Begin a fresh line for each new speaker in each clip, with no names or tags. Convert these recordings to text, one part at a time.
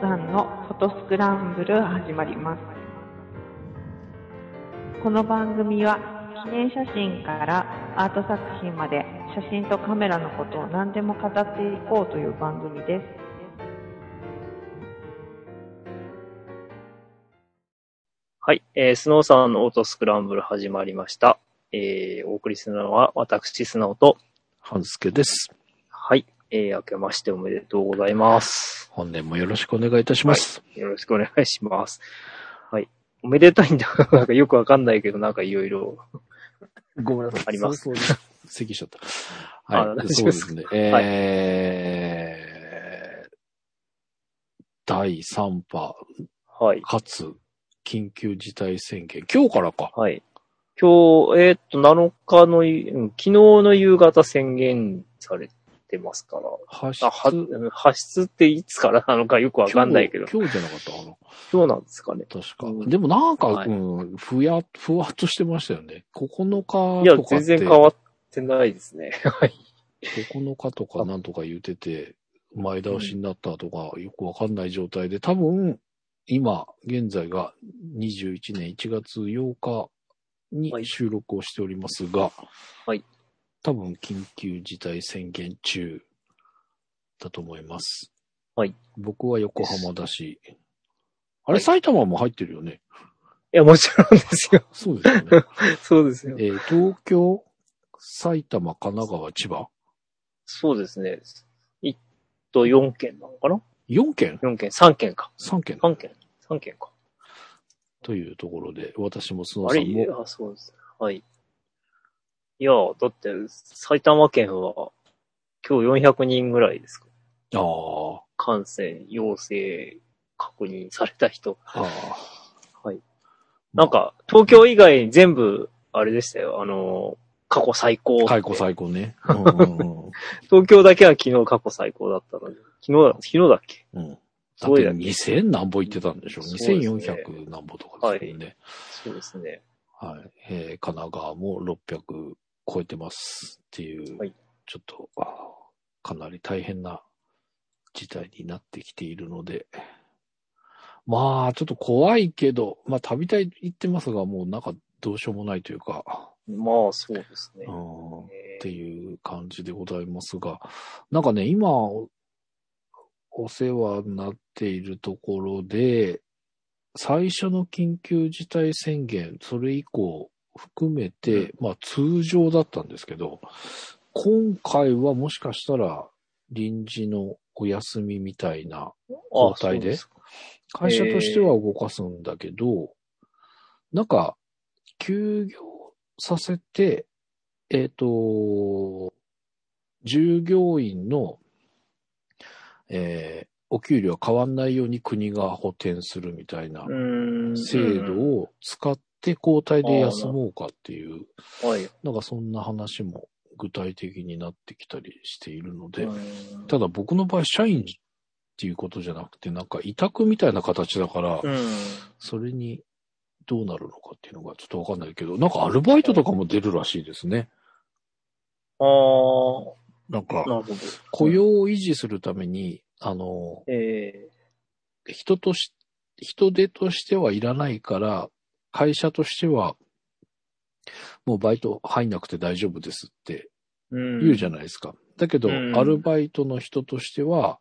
さんのフォトスクランブル始まります。この番組は記念写真からアート作品まで写真とカメラのことを何でも語っていこうという番組です。
はい、えー、スノーさんのオートスクランブル始まりました。えー、お送りするのは私、スノーと、
半助です。
はい、えー、明けましておめでとうございます。
本年もよろしくお願いいたします。
よろしくお願いします。はい。おめでたいんだ かなんかよくわかんないけど、なんかいろいろ。
ごめんなさい。
あります
そうそう。咳しちゃった。
あ大
は
丈
い。
夫
そう
で
ですすね。えー、第3波、
はい。
かつ、緊急事態宣言。今日からか。
はい。今日、えーっと、7日のい、うん昨日の夕方宣言されてますから。
発
あ、は、うん発出っていつからなのかよくわかんないけど、
今日今日じゃなかったかな。
今日なんですかね。
確か。
うん
でもなんか、
はい
うん、ふや、ふわっとしてましたよね。9
いや
日と、か
全
って。
然変わってないですね。はい。
9日とかなんとか言ってて、前倒しになったとか、よくわかんない状態で、多分、今、現在が21年1月8日に
はい
収録をしておりますが、
はい。
多分、緊急事態宣言中だと思います。
はい。
僕は横浜だし、あ
は
れ、
い
埼玉も入ってるよね。
いや、もちろんですよ。
そうですよね。
そうですよ。
えー東京、埼玉、神奈川、千葉、
そうですね。1都4県なのかな
4県
?4 県、3県か。
?3 県
3県 ?3 県か。
というところで、私もスノ
あ
ーさ
れ
んも、
あ、そうです。はい。いや、だって、埼玉県は、今日400人ぐらいですか。
あ
感染、陽性、確認された人。
あ、ああ、
なんか、東京以外全部、あれでしたよ。あの、過去最高って。
最高最 高ね。うんうん
東京だけは昨日過去最高だったのに。昨日だ、昨日だっけ
うん。うん
す
だっ
ごい
て
だけ
2000何歩行ってたんでしょ
そうですね
?2400 何歩とかですよね。
そうですね。
はい、えー神奈川も600超えてますっていう、
はい
ちょっと、あーかなり大変な事態になってきているので、まあ、ちょっと怖いけど、まあ、たびたび言ってますが、もうなんかどうしようもないというか、
まあ、そうですね。
うん、
えー
っていう感じでございますが、なんかね、今、おお世話になっているところで、最初の緊急事態宣言、それ以降含めて、まあ通常だったんですけど、今回はもしかしたら臨時のお休みみたいな
あ
交代で
そう
会社としては動かすんだけど、なんか、休業させて、えっ、と、従業員の、えーお給料は変わんないように国が補填するみたいな
うーん
制度を使って交代で休もうかっていう、
うんはい。
なんかそんな話も具体的になってきたりしているので、
うん
ただ僕の場合、社員っていうことじゃなくて、なんか委託みたいな形だから、
うん。
それにどうなるのかっていうのがちょっとわかんないけど、なんかアルバイトとかも出るらしいですね。
あー
なんか、
なるほど。
雇用を維持するために、あの、
え
人とし、人手としてはいらないから、会社としては、もうバイト入んなくて大丈夫ですって
ーうん。
言うじゃ
ん。
ないですか。だけど、
うん
アルバイトの人としては、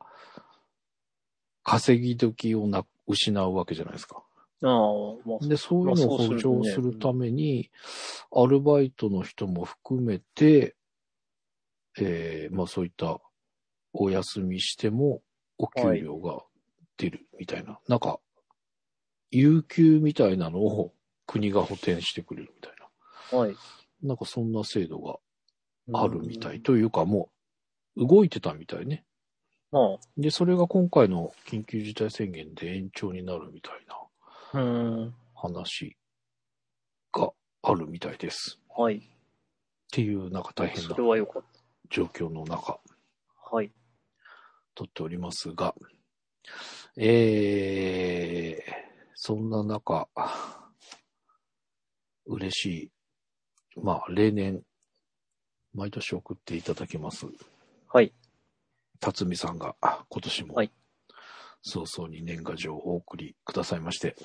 稼ぎ時をな失うわけじゃないですか。
ああ、まあ、
で、そういうのを補
まあそう
助
す
す
るね
るために、アルバイトの人も含めて、えーまあそういったお休みしてもお給料が出るみたいな、なんか、有給みたいなのを国が補填してくれるみたい
はい。
な、なんかそんな制度が
うん
あるみたい、。というかもう動いてたみたいね。
ま
で、それが今回の緊急事態宣言で延長になるみたいな
あ、うん。
話があるみたいです。
はい。
っていう、なんか大変な
それはよかっ
状況の中、
た。はい。
撮っておりますが、えー、そんな中、嬉しい、まあ、例年、毎年送っていただきます、
はい。
辰巳さんが、今年も
はい、
早々に年賀状をお送りくださいまして、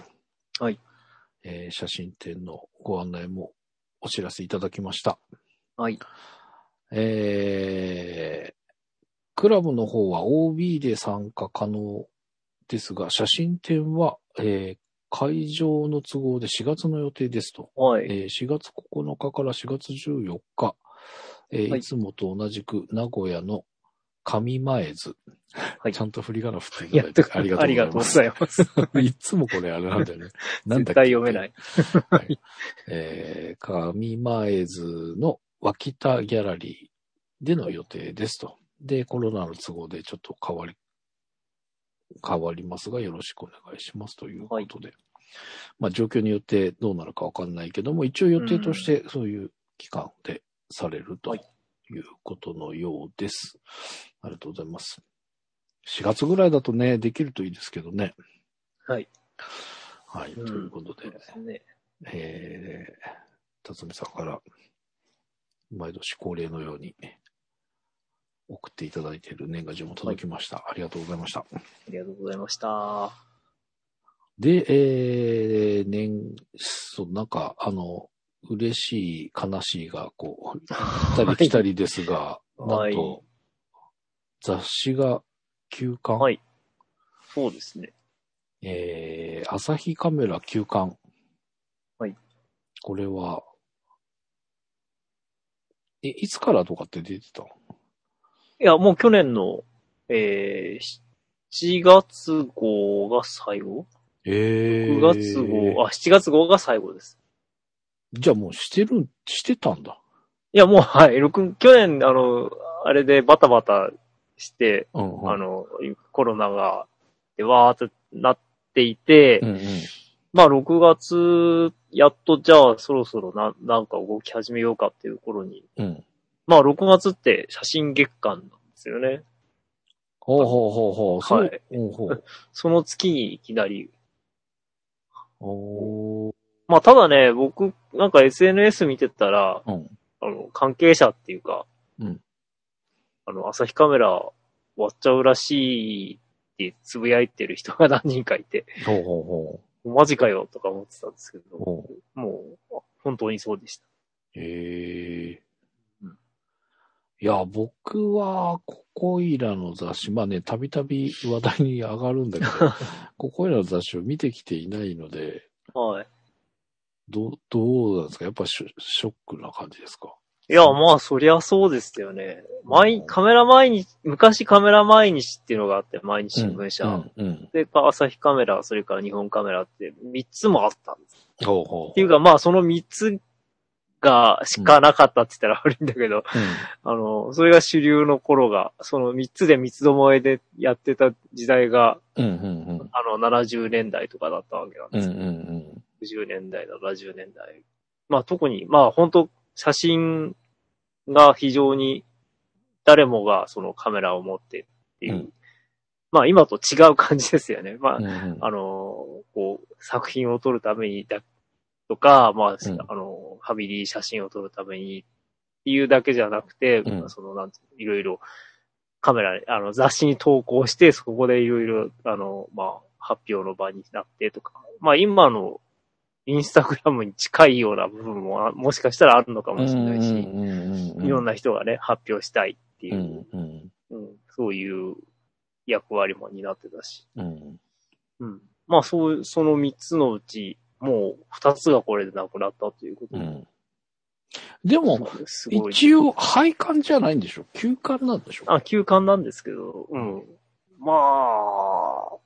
はい
えー写真展のご案内もお知らせいただきました。
はい。
えークラブの方は OB で参加可能ですが、写真展は、えー会場の都合で4月の予定ですと。
はい。
えー4月9日から4月14日、えー
はい
い、つもと同じく名古屋の上前津。
はい
ちゃんと振り仮名振ってい
や
ただ
っ
いて
と
ありがとうございます。
ありがとうございます。
いつもこれあれなんだよね。なん
絶
だっけ
対読めない。
はい えー、上前津の脇田ギャラリーでの予定ですと。で、コロナの都合でちょっと変わり、変わりますが、よろしくお願いしますということで。まあ、状況によってどうなるかわかんないけども、一応予定としてそういう期間でされると
はい
いうことのようです。ありがとうございます。4月ぐらいだとね、できるといいですけどね。
はい。
はい、
うん
ということで。
ね
えー、辰巳さんから、毎年恒例のように、送っていただいている年賀状も届きました。ありがとうございました。
ありがとうございました。は
で、えー、年、そう、なんか、あの、嬉しい、悲しいが、こ う、来たり来たりですが、
はい
なんと、雑誌が休刊、
はいそうですね。
えー、朝日カメラ休刊。
はい。
これは、え、いつからとかって出てたの
いや、もう去年の、えー、7月号が最後
え
?9 月号、あ、7月号が最後です。
じゃあもうしてる、してたんだ。
いや、もう、はい、六去年、あの、あれでバタバタして、
うん、うん。
あの、コロナが、でわーってなっていて、
うんうん。
まあ、6月、やっと、じゃあ、そろそろな、なんか動き始めようかっていう頃に、
うん。
まあ、6月って写真月間なんですよね。
ほうほうほうほう。そう。
はい
うん、ほ う。
その月にいきなり。
おー
まあ、ただね、僕、なんか SNS 見てたら、
うん。
あの、関係者っていうか、
うん
あの、朝日カメラ割っちゃうらしいってつぶやいてる人が何人かいて、
ほうほうほ
マジかよとか思ってたんですけ
う。
ど、
ほう。
もう、本当にそうでした。
ええ
うん
いや、僕は、ここいらの雑誌、まあね、たびたび話題に上がるんだ けど、ここいらの雑誌を見てきていないので、
はい。
どう、どうなんですかやっぱショショックな感じですか
いや、まあ、そりゃそうですよね。毎、カメラ毎日、昔カメラ毎日っていうのがあって、毎日新聞社。
うん、うん。
で、朝日カメラ、それから日本カメラって3つもあったんです。
ほうほ
っていうか、まあ、その3つが、しかなかったって言ったら悪いんだけど、
う。
あの、それが主流の頃が、その3つで三つどもえでやってた時代が、
うん、うん、
あの、70年代とかだったわけなん
うん。う
で
ん、う
すけど、
ん
90年代、70年代。まあ、特に、まあ、本当写真が非常に、誰もがそのカメラを持ってっていう、
うん
まあ、今と違う感じですよね。まあ
うん、うん。
あの、こう、作品を撮るためにだ、とか、まあ、
うん
あの、ハビリ写真を撮るためにっていうだけじゃなくて、
うん
その、なんていろいろカメラ、あの、雑誌に投稿して、そこでいろいろ、あの、まあ、発表の場になってとか、まあ、今のインスタグラムに近いような部分も、あもしかしたらあるのかもしれないし、いろん
な、
な人がね、発表したいっていうう、
ん、うん、
うんそういう役割も担ってたし、
うん。
うん。まあ、そう、その三つのうち、もう二つがこれでなくなったということ
う
で、
ん。でも、
すごい。
一応、配管じゃないんでしょ休館なんでしょ
あ、休館なんですけど、うん。まあ、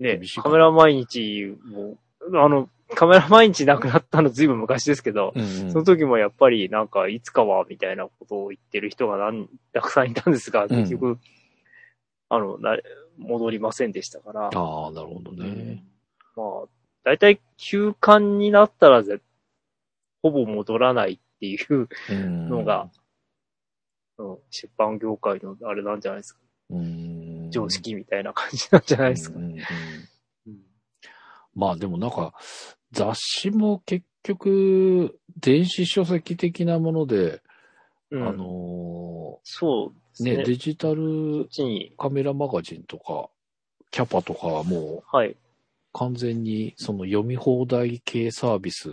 ね
厳しい、か
カメラ毎日も、あの、カメラ毎日なくなったのずいぶん昔ですけど、
うんうん
その時もやっぱりなんかいつかはみたいなことを言ってる人が何たくさんいたんですが、結局、あの、な戻りませんでしたから。
ああ、なるほどね。
まあ、大体休館になったらぜ、ほぼ戻らないっていう
の
のが、うん出版業界のあれなんじゃないですか。
うん、
常識みたいな感じなんじゃないですか。
うんうんうん
うん
まあでもなんか、雑誌も結局、電子書籍的なもので、
うん
あの
そうです
ーね
ね。
デジタ
こっ
ル
ちに、
カメラマガジンとか、キャパとかはもう
はい。
完全にその読み放題系サービス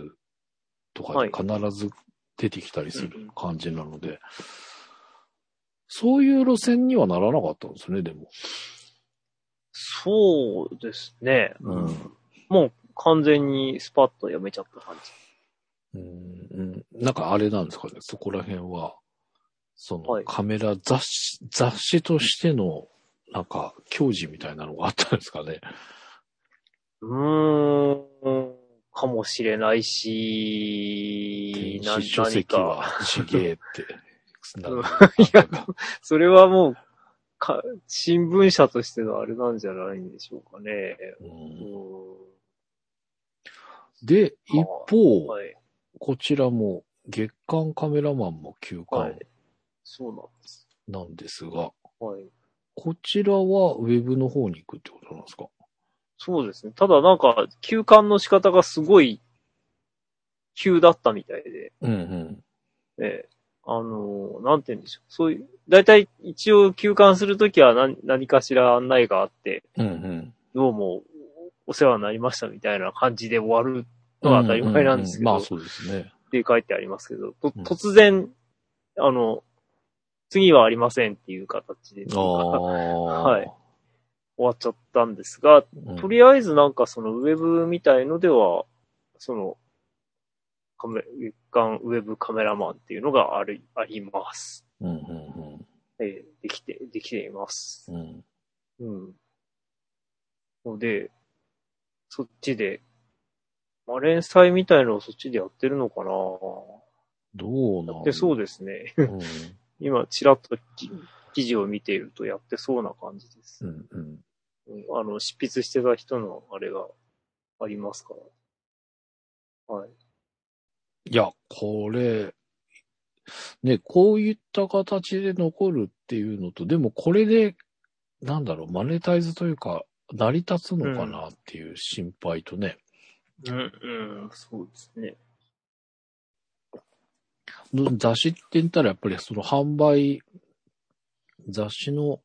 とかに必ず出てきたりする感じなので、そういう路線にはならなかったんですね、でも。
そうですね。もう完全にスパッとやめちゃった感じ。
うんうんなんかあれなんですかね、そこら辺は、そ
は
の
い
カメラ雑誌、雑誌としての、なんか、教示みたいなのがあったんですかね。
うーん、かもしれないし
電、
な
子書籍
何か
はちげえって。
うん
なんか
それはもう、か、新聞社としてのあれなんじゃないんでしょうかね。
う
うんん
で、一方、
はい。
こちらも月間カメラマンも休
は
刊
い。そうなんです。
なんですが、
はい。
こちらはウェブの方に行くってことなんですか
そうですね。ただなんか、休館の仕方がすごい、急だったみたいで。
うんうん。
ええ、あの、なんて言うんでしょう。そういう、だいたい一応休館するときは何何かしら案内があって、
うんうん。
どうもお世話になりましたみたいな感じで終わるのが当たり前なんですけど、
ううまあそうですね。
って書いてありますけど、と
うん
突然、あの、次はありませんっていう形で、
あ
終
あ。
はいわっちゃったんですが、
うん。
とりあえずなんかそのウェブみたいのでは、その、カメ月間ウェブカメラマンっていうのがある、あります。
うんうん
ええできて、できています
う。んうん。
うん。ので、そっちで、まあ、連載みたいのをそっちでやってるのかな
どうなん
やってそう
で
ですね。
すうん
今、ちらっとき記事を見ているとやってそうな感じです。
うんうん。
うんあの、執筆してた人のあれがありますから。はい。
いや、これ、ね、こういった形で残るっていうのと、でもこれで、なんだろう、マネタイズというか、成り立つのかなっていう心配とね。
うん、うん、そうですね。
雑誌って言ったらやっぱりその販売、雑誌の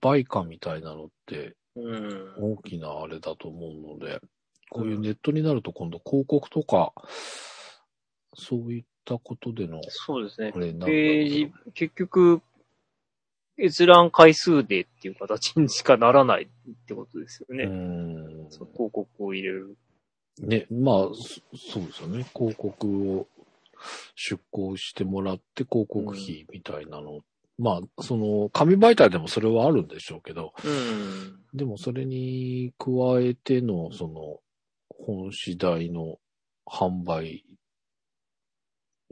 売価みたいなのって
うん。
大きなあれだと思うので、こういううんネットになると今度広告とか、そういったことでの、
そうですね
あ。れにな
ペー
る
ジ、結局、閲覧回数でっていう形にしかならないってことですよね。
だろううん。
その広告を入れる。
ね、まあ、そそうですよね。広告を出稿してもらって広告費みたいなの、まあ、その、紙媒体でもそれはあるんでしょうけど、
うん。
でもそれに加えての、その、本次第の販売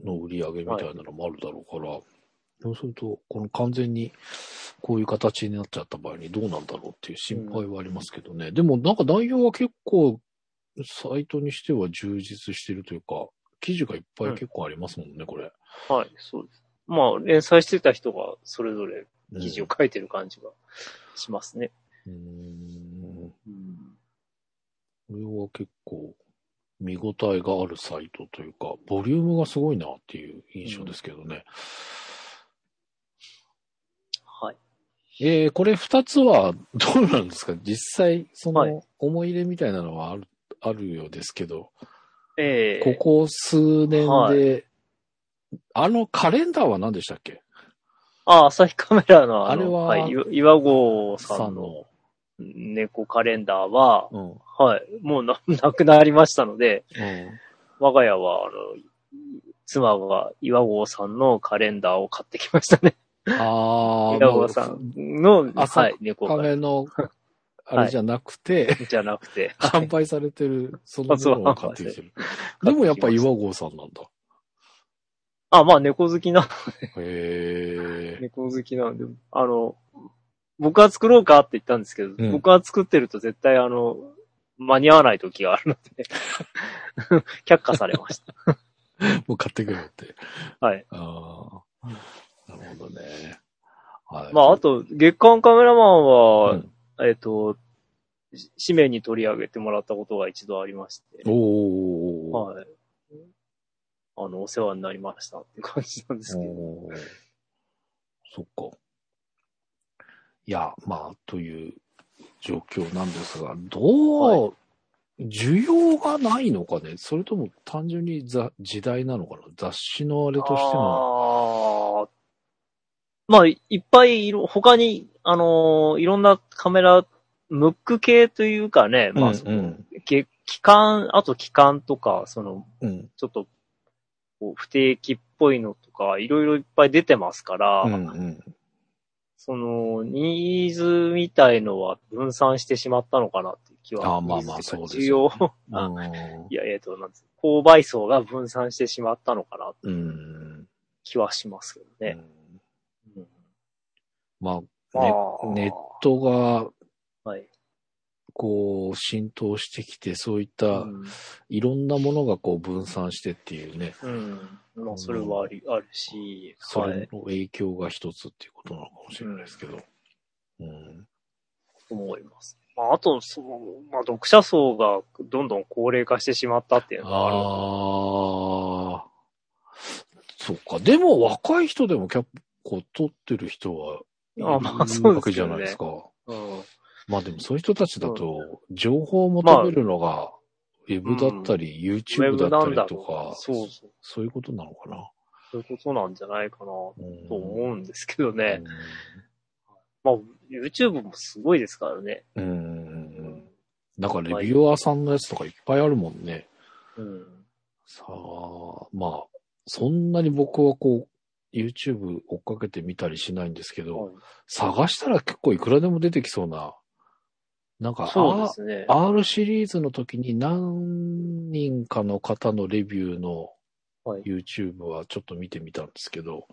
の売り上げみたいなのもあるだろうから、そうすると、この完全にこういう形になっちゃった場合にどうなんだろうっていう心配はありますけどね。でもなんか内容は結構、サイトにしては充実してるというか、記事がいっぱい結構ありますもんね、これ。
はい、そうです。まあ、連載してた人がそれぞれ
うん
記事を書いてる感じがしますね。
うーん。
うん。
これは結構見応えがあるサイトというか、ボリュームがすごいなっていう印象ですけどね。
はい。
えー、これ二つはどうなんですか実際、そ
はい
の思い入れみたいなのはある、あるようですけど、
ええ
ここ数年で、
は
あのカレンダーは何でしたっけ
あ、朝日カメラのあの、
あれは
はい、岩岩合さ
さ
ん
ん
の
の。
猫カレンダーは、
うん。うん。
はい、もうな、 なくなりましたので、我が家は、あの、妻が岩合さんのカレンダーを買ってきましたね。
あ あ、
岩合さ
も
んの、
朝
はい、猫
う。
カ
カ
レン
メ の、あれじゃなくて、
ダーじゃなくて、
販売されてる、そのものを買ってきてる。
そう
でもやっぱ岩合さんなんだ。
あ、まあ猫好きな
へえ。
猫好きなんで、あの、僕は作ろうかって言ったんですけど、
うん
僕は作ってると絶対あの、間に合わない時があるので、 却下されま した。
もう買ってくれって。
はい。
ああ。なるほどね。はい。
まあ、あと、月刊カメラマンは、
うん
えっ、と、し紙面に取り上げてもらったことが一度ありまして、
おーおーおー
はい。あの、お世話になりましたっていう感じなんですけど。
おーそっか。いや、まあ、という状況なんですが、どう、需要がないのかねそれとも単純にざ時代なのかな雑誌のあれとして
あ
の。
ーまあ、いっぱいいろ、他に、あのーいろんなカメラ、ムック系というかね、まあ、そ
うんう
の
ん
け機関、あと機関とか、その、
うん。
ちょっと、こう不定期っぽいのとか、いろいろいっぱい出てますから、
うんうん。
その、ニーズみたいのは分散してしまったのかなっていう気は。
あーまあまあ
ニーズっていか
そうです
需要
よ
を、あ
うん
いや、えっ、と、なんです購買層が分散してしまったのかなって
う。
いうん気はしますけどね。うん
まあ、
ま
ね
あ
ネットが、
はい。
こう、浸透してきて、そういった、
うん
いろんなものがこう分散してっていうね、
うん。まあ、それはあり、あるし、
そ
は
れ
い。
の影響が一つっていうことなのかもしれないですけど。うん。
思います。まあ、あと、その、まあ、読者層がどんどん高齢化してしまったっていうのがあるの
ああ。そっか。でも若い人でもキャップこう撮ってる人は、
あまあそうで
いる
すよね
わけじゃないですか。
うん。
まあでもそういう人たちだ
そ
と、情報を求めるのが、ウェブだったり、
ウェ
YouTube
ブ
だっ
な
た
ん
り
だ
と
ろ
か
う、そうそう。
そういうことなのかな。
そういうことなんじゃないかな、と
うん
思うんですけどね。
う
まあ、YouTube もすごいですからね。
ん。うん。なんかレビュアーさんのやつとかいっぱいあるもんね。
うん。
さあ、まあ、そんなに僕はこう、YouTube 追っかけてみたりしないんですけど、
はい
探したら結構いくらでも出てきそうな、なんか、
そうですね。
あ R シリーズの時に何人かの方のレビューの
はい
YouTube はちょっと見てみたんですけど、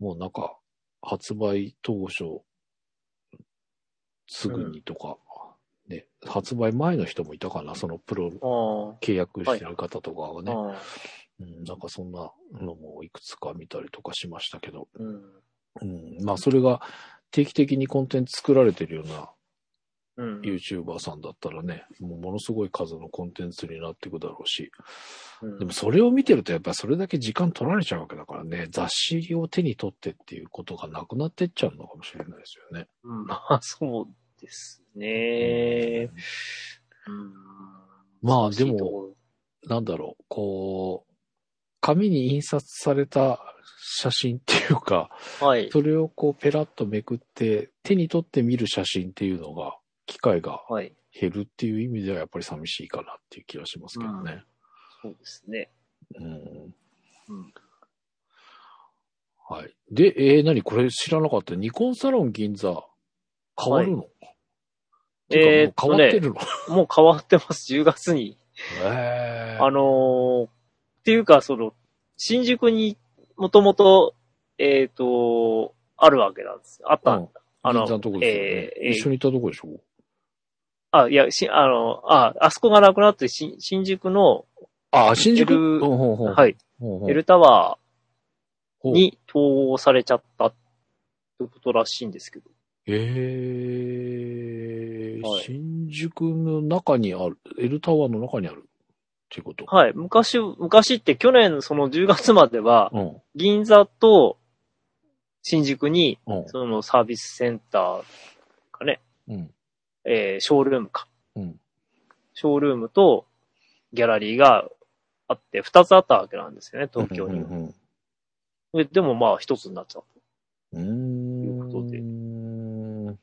もうなんか、発売当初、すぐにとか、ね、発売前の人もいたかな、そのプロ
あー
契約してる方とかはね、
あー。
うん、なんかそんなのもいくつか見たりとかしましたけど、
うん。
うん、まあそれが定期的にコンテンツ作られてるような
うん。
YouTuber さんだったらね、もうものすごい数のコンテンツになっていくだろうし、
うん
でもそれを見てるとやっぱりそれだけ時間取られちゃうわけだからね、雑誌を手に取ってっていうことがなくなってっちゃうのかもしれないですよね。
うんまあ、そうですね。うん。
まあ
難しい
でも
ところ
なんだろう、こう、紙に印刷された写真っていうか、
はい。
それをこうペラッとめくって手に取って見る写真っていうのが、機会が
はい。
減るっていう意味ではやっぱり寂しいかなっていう気がしますけどね。
そうですね。
うん。
うん
はい。で、えー、何これ知らなかった。ニコンサロン銀座、変わるの、
えー
て
っ
かも
と
う変わっ
ね、
てるの、
もう変わってます、10月に。
えー
あのーっていうか、その、新宿にもともと、えっ、と、あるわけなんですよ。あった、
うん
あ
銀座の
の、
とこですよね。
えーえー
一緒にいたとこでしょ
あ、いや、し、あの、あ、あそこがなくなって、新新宿の、
あ、新宿
L-
うんほうほう
はい、
ほうほう
L タワ
ほ
ー
う
に統合されちゃったってことらしいんですけど。
えー
はい
新宿の中にある、L タワーの中にあるっていうこと。
はい。昔、昔って去年その10月までは、
うん、
銀座と新宿に、
うん、
そのサービスセンターかね、
うん、
えーショールームか。
うん。
ショールームとギャラリーがあって、二つあったわけなんですよね、東京に
う
も。
ん
ででもまあ一つになっちゃっ
うんうん。
いうことで
うーん
た。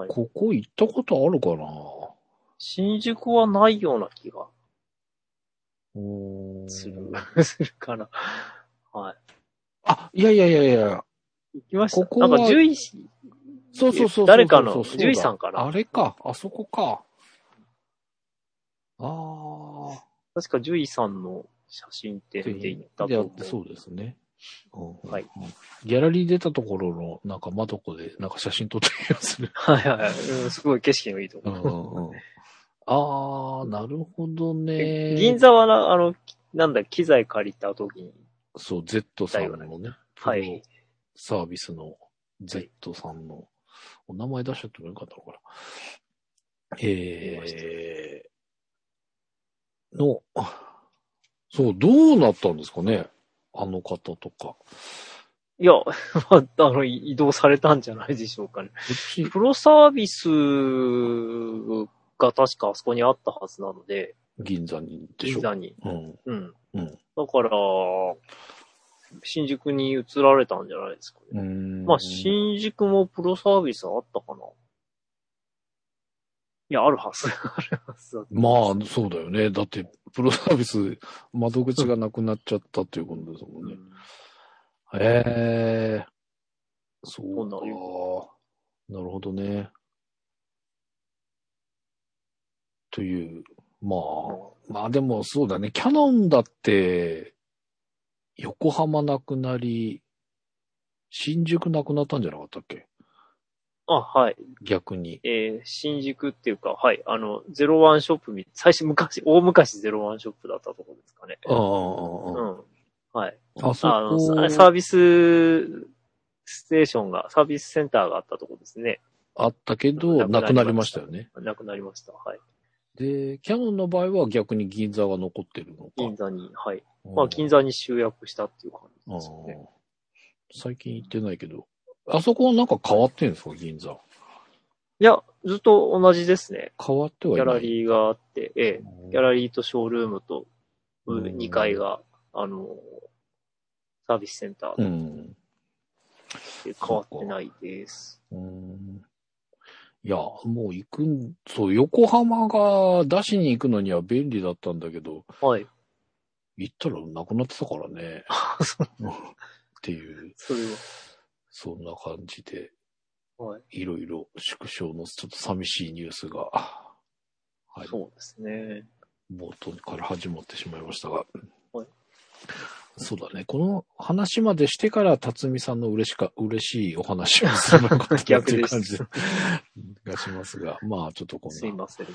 はい、
ここ行ったことあるかな
新宿はないような気が
うーん
する、 するかな。はい。
あ、いやいやいやいや。
行きました。
ここは
なんか獣医師、
そうそうそうそう。
誰かの
そうそうそう
獣医さんかな
あれか、あそこか。ああ。
確か獣医さんの写真展で行ったと
であ
思
ってそうですね。うん
はい。
ギャラリー出たところの、なんか窓こで、なんか写真撮ってる気がする。
はいはいはい、うん。すごい景色のいいと
うん
思
う
う。
んうん。ああ、なるほどね。
銀座はな、あの、なんだ、機材借りた時に、
そう、Z さんのね、
は
プロ
い。
サービスの Z さんの、お名前出しちゃってもよかったのかな。えー、の、そう、どうなったんですかねあの方とか。
いや、 まあ、あの、移動されたんじゃないでしょうかね。
うち、
プロサービスが確かあそこにあったはずなので、
銀座にでしょ
銀。座に。
うん。
うん。
うん
だから、新宿に移られたんじゃないですかね。
うーん。
まあ、新宿もプロサービスあったかな。いや、あるはず。 あるはずだと
ま
思い
あ、そうだよね。だって、プロサービス、窓口がなくなっちゃったっていうことですもん
ます
ね。へえ。そ
そううなん
か。なるほどね。という、まあ、まあでもそうだね。キャノンだって、横浜なくなり、新宿なくなったんじゃなかったっけ
うんあ、はい。
逆に。
えー新宿っていうか、はい。あの、ゼロワンショップみ、最初昔、大昔ゼロワンショップだったところですかね。
ああ、
う
あ
ん。はい。
あ、あそ
あの、
こ
さサービスステーションが、サービスセンターがあったとこですね。
あったけど、な
な
く
くな
なり
り
ま
ま
し
したた
よね。
なくなりました。はい。
で、キャノンの場合は逆に銀座が残ってるのか。
銀座に、はい。
うん
まあ、銀座に集約したっていう感じですよね。
あー最近行ってないけど。あそこはなんか変わってんですか、銀座。
いや、ずっと同じですね。
変わっては
ギ
い
ャ
な
ラ
い。
リーがあって、ええ、ギャラリーとショールームと
うん
2階が、あの、サービスセンター
うん。
で変わってないです。
うん。いや、もう行くん、そう、横浜が出しに行くのには便利だったんだけど、
はい。
行ったらなくなってたか らね。
そ
っていう、
それ
そんな感じで、
は、はい。
いろいろ縮小のちょっと寂しいニュースが、はい。
そうですね。
冒頭から始まってしまいましたが。
はい
そうだね。この話までしてから、辰巳さんの嬉しか、嬉しいお話をすればよかったなっていう
逆
感
でし
じ
た
がしますが、まあ、ちょっと こ
すい
んな、
ません。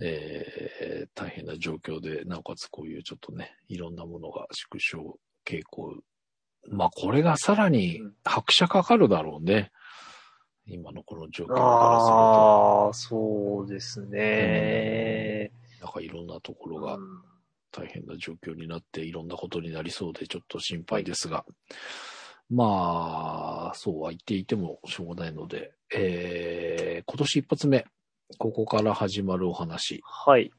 えー、大変な状況で、なおかつこういうちょっとね、いろんなものが縮小傾向。まあ、これがさらに
うん
拍車かかるだろうね。今のこの状況からすると、
ああ、そうですね。
なんかいろんなとこ
う
ろ
ん
が大変な状況になって、いろんなことになりそうで、ちょっと心配ですが、まあ、そうは言っていてもしょうがないので、えー、今年一発目、ここから始まるお話、
はい。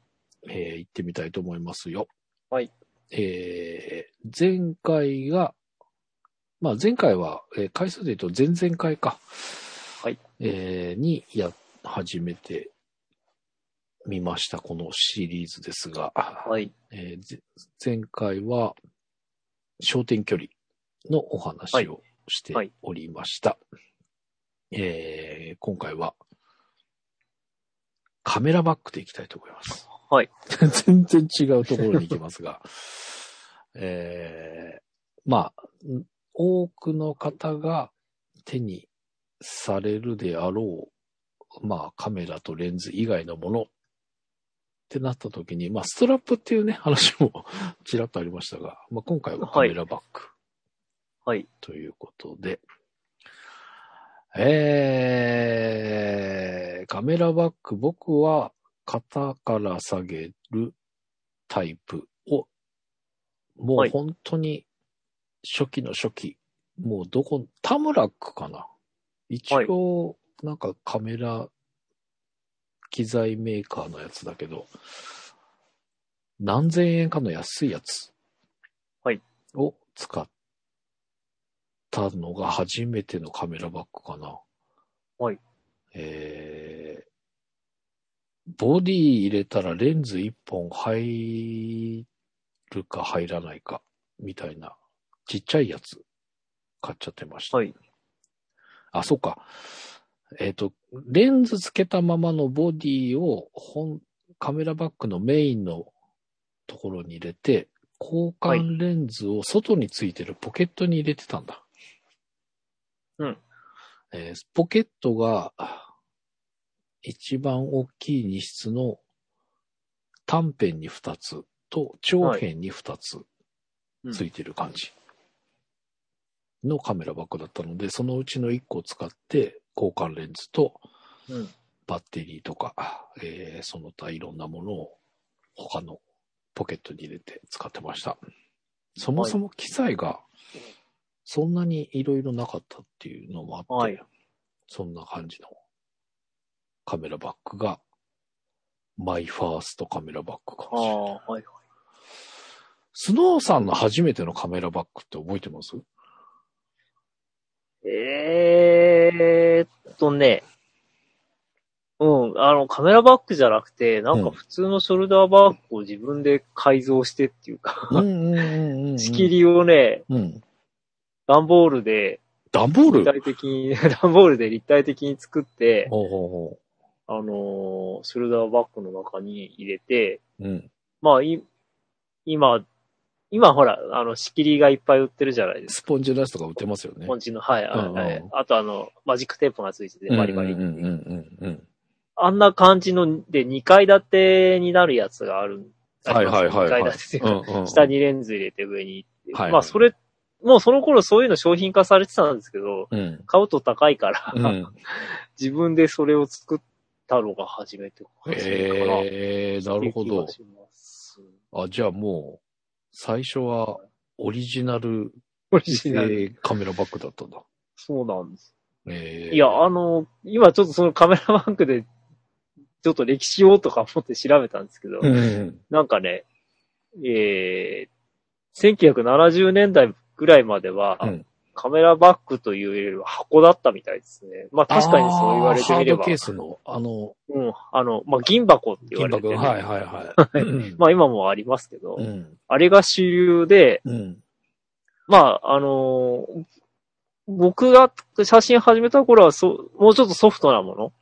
えー、行ってみたいと思いますよ。
はい。
えー、前回が、まあ前回は、えー回数で言うと前々回か。
はい。
えー、にや、始めてみました、このシリーズですが。
はい。
えーぜ前回は焦点距離のお話をして
はい
おりました。えー今回はカメラバックでいきたいと思います。
はい。
全然違うところに行きますが、 えーまあ、ん多くの方が手にされるであろう、まあカメラとレンズ以外のものってなった時に、まあ、ストラップっていうね、話もちらっとありましたが、まあ、今回はカメラバッグ
はい。
ということで、えー、カメラバッグ、僕は肩から下げるタイプを、も
は
う
い
本当に初期の初期、もうどこ、タムラックかな。一応、なんかカメラ機材メーカーのやつだけど、何千円かの安いやつ
はい
を使ったのが初めてのカメラバッグかな。
はい。
えー、ボディ入れたらレンズ1本入るか入らないかみたいなちっちゃいやつ買っちゃってました。
はい。
あ、そっか。えっ、と、レンズつけたままのボディを本、カメラバッグのメインのところに入れて、交換レンズを外についてるポケットに入れてたんだ。
うん。
えーポケットが一番大きい荷室の短辺に2つと長辺に2つついてる感じのカメラバッグだったので、そのうちの1個を使って交換レンズと
うん。
バッテリーとか、えーその他いろんなものを他のポケットに入れて使ってました。そもそも機材がそんなにいろいろなかったっていうのもあって、
はい
そんな感じのカメラバッグが、マイファーストカメラバッグか
あ
もしれない
あ、はいはい。
スノーさんの初めてのカメラバッグって覚えてます
えーっとね。うん、あの、カメラバッグじゃなくて、なん
うん
か普通のショルダーバッグを自分で改造してっていうか、
うんうんうんうん。
仕切。りをね、
うん。
段ボールで、
段ボ
立
ール
体的に、 段ボールで立体的に作って、
ほうほうほ
あのーショルダーバッグの中に入れて、
う。うん。
まあ、い、今、今ほら、あの、仕切りがいっぱい売ってるじゃないですか。
スポンジライスとか売ってますよ
ス
ね。
ポンジの、はい、
うんうん
はいあとあの、マジックテープがついてて、バリバリ。
うんうんうんうんうん。
あんな感じの、で、2階建てになるやつがある。
はいはいはいはい。
2階建てっていう
う
か、
んうんうん
下。にレンズ入れて上に行って。
はい
まあ、それ、もうその頃そういうの商品化されてたんですけど、
うん。
買うと高いから、
うん。
自分でそれを作ったのが初めてかな。
えー、なるほ
っ
ど
て。いう気がします
あ、じゃあもう、最初はオリジナル、
オリジナル。
えーカメラバッグだったんだ。
そうなんです。
えー、
いや、あの、今ちょっとそのカメラバンクで、ちょっと歴史をとか思って調べたんですけど、
うんうん。
なんかね、えー、1970年代ぐらいまでは、
うん
カメラバッグというよりは箱だったみたいですね。まあ確かにそう言われてみれ
あーハード
ば
ケ、ースの、あの、
うん、あの、まあ銀箱って言わ
金
れて
箔
ね、
はいはいはい。うん
まあ今もありますけど、
うん。
あれが主流で、
うん。
まあ、あのー僕が写真始めた頃はそ、もうちょっとソフトなも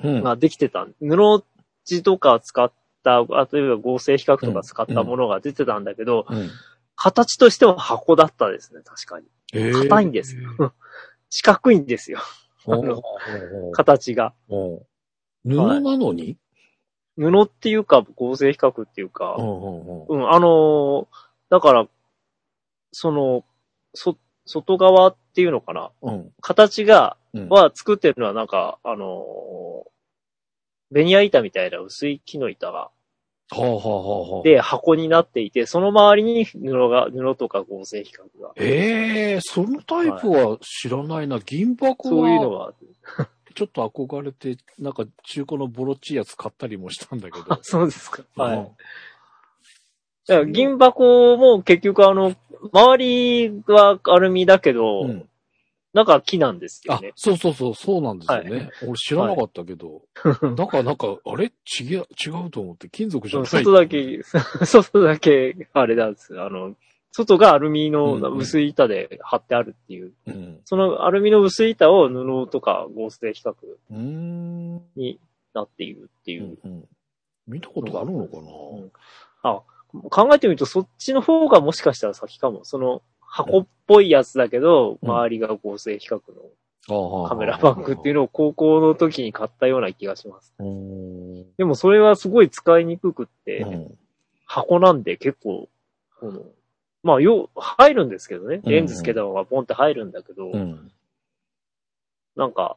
うん
のができてた。布地とか使った、あ例えば合成比較とか使ったものが出てたんだけど、
うん。
形としては箱だったですね、確かに。
えー
硬いんです。四角いんですよ、
お
あの
お
形が。
お布なのに、
布っていうか合成比較っていうか、
うんうんうん
うん、あのーだから、その、そ、外側っていうのかな。
うん
形が、
うん。
は作ってるのはなんか、あのーベニヤ板みたいな薄い木の板が、
はあはあはあはあ。
で、箱になっていて、その周りに布が、布とか合成比較が、
ええそのタイプは知らないな。銀箱
そういうの
は、
が、。
ちょっと憧れて、なんか中古のボロっちいやつ買ったりもしたんだけど
そうですか。 はい。
うん
だから銀箱も結局あの、周りはアルミだけど、
うん。
中木なんですよ
あ
ね、。
そうそうそう、そうなんですよね。
は
俺知らなかったけど。 だからなんか、あれ違う、違うと思って、金属じゃ
う
なんい。
外だ。け、 外だけ、あれなんですよ。あの、外がアルミの薄い板で貼ってあるっていう。
うん。
そのアルミの薄い板を布とか合成比較
うーん。
になっているっていうう。
んうん見たことあるのかな、
うん考えてみると、そっちの方がもしかしたら先かも。その箱っぽいやつだけど、
うん
周りが合成比較
あ
の
あ
カメラバッグっていうのを高校の時に買ったような気がします。
の
でもそれはすごい使いにくくって、
うん。
箱なんで結構、この、まあ、よう、入るんですけどね。レンズつけた方がポンって入るんだけど、
うん。
なんか、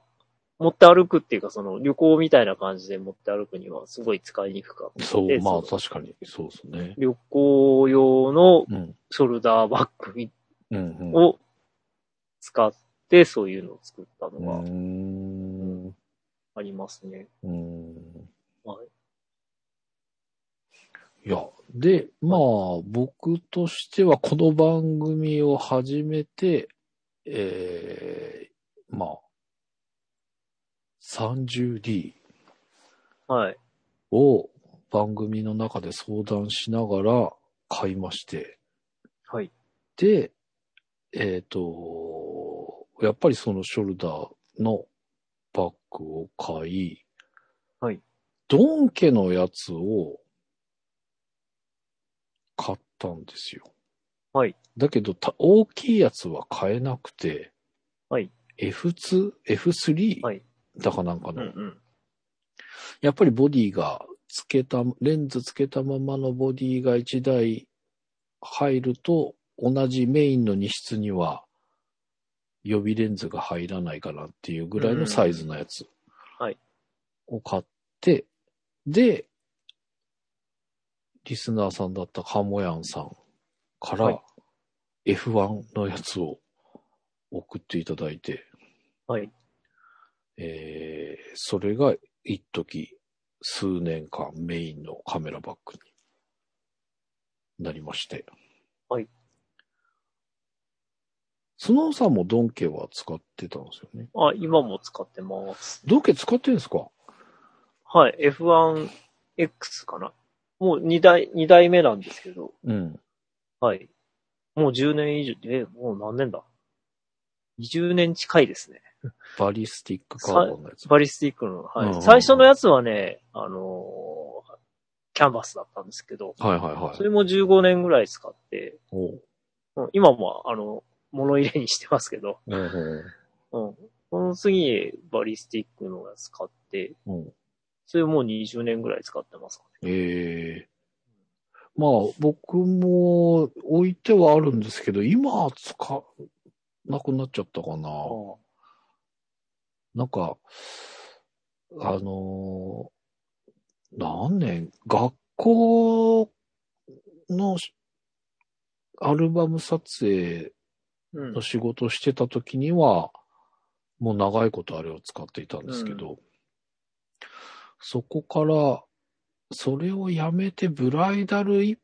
持って歩くっていうか、その旅行みたいな感じで持って歩くにはすごい使いにくかった
そう、
で
まあ
そ
確かに、そうですね。
旅行用の
うん。
ショルダーバッグ
うん、うん。
を使って、そういうのを作った
う
のが
ーん。う
ありますね。
ーん。
はい
や、で、まあ、僕としては、この番組を始めて、えー、まあ、30D
はい。
を番組の中で相談しながら買いまして、
はい。
で、えっ、と、やっぱりそのショルダーのバッグを買い、
はい。
ドン家のやつを買ったんですよ。
はい。
だけど、た大きいやつは買えなくて、
はい。
F2、F3、
はい
だかなんか
うん
の、
うん。
やっぱりボディがつけた、レンズつけたままのボディが1台入ると、同じメインの2室には予備レンズが入らないかなっていうぐらいのサイズのやつ
うんはい
を買って、で、リスナーさんだったカモヤンさん
は
から
い
F1 のやつを送っていただいて、
はい。
えーそれが一時数年間メインのカメラバッグになりまして。
はい。
スノーさんもドンケは使ってたんですよね。
あ、今も使ってます。
ドンケ使ってるんですか
はい。F1X かな。もう2代、二代目なんですけど。
うん。
はい。もう10年以上、え、もう何年だ ?20 年近いですね。
バリスティックカーボンのやつ。
バリスティックの。は
うんうん
い。最初のやつはね、あのーキャンバスだったんですけど、
はいはいは
そ
い。
れも15年ぐらい使って、
おう
うん今も、あの、物入れにしてますけど、
うんう
うん。この次にバリスティックのやつ買って、
んうん
それもう20年ぐらい使ってますかね。
ええまあ、僕も置いてはあるんですけど、今は使、なくなっちゃったかな。なんか、あのー何年、学校のしアルバム撮影
うん
の。仕事をしてた時には、もう長いことあれを使っていたんですけど、そこから、それをやめてブライダル一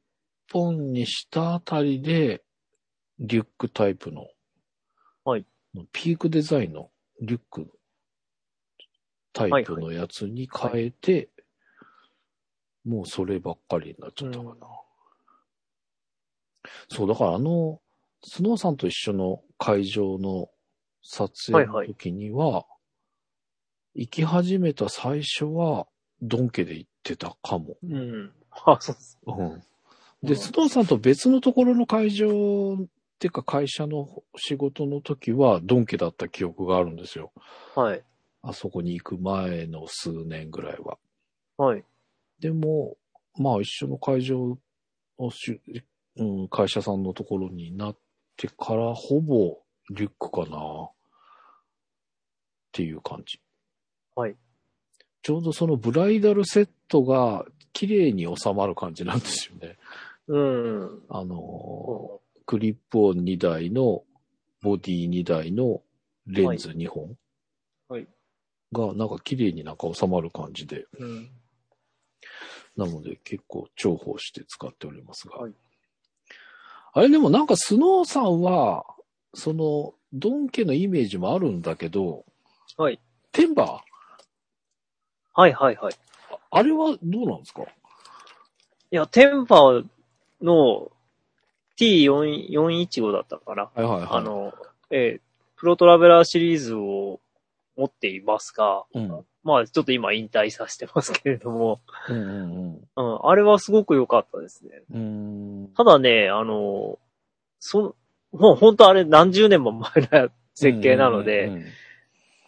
本にしたあたりで、リュックタイプの、
はい
ピークデザインのリュックタイプのやつに変えて、もうそればっかりになっちゃったかな。
うん
そう、だからあの、スノーさんと一緒の会場の撮影の時には、行き始めた最初は、ドン家で行ってたかも。
うん。 あ、そうです。
うん。
う
で、
ん
須藤さんと別のところの会場っていうか会社の仕事の時は、ドン家だった記憶があるんですよ。
はい。
あそこに行く前の数年ぐらいは。
はい。
でも、まあ一緒の会場のし、うん、会社さんのところになってから、ほぼリュックかな。っていう感じ。
はい。
ちょうどそのブライダルセットが綺麗に収まる感じなんですよね。
うん。
あのークリップオン2台の、ボディ2台のレンズ2本。
はい
が、なんか綺麗になんか収まる感じで。
うん。
なので結構重宝して使っておりますが。
はい
あれでもなんかスノーさんは、その、ドン家のイメージもあるんだけど、
はい。
テンバ
はいはいはい。
ー、あれはどうなんですか
いや、テンパーの T415 だったかな。
はいはいはい。
あ、の、えープロトラベラーシリーズを持っていますが、
うん。うん
まあちょっと今引退させてますけれども、
う
うん、
ん
あれはすごく良かったですね。
うん。うーん。
ただね、あの、その、もう本当あれ何十年も前の設計なの
うん
で、
うんうん、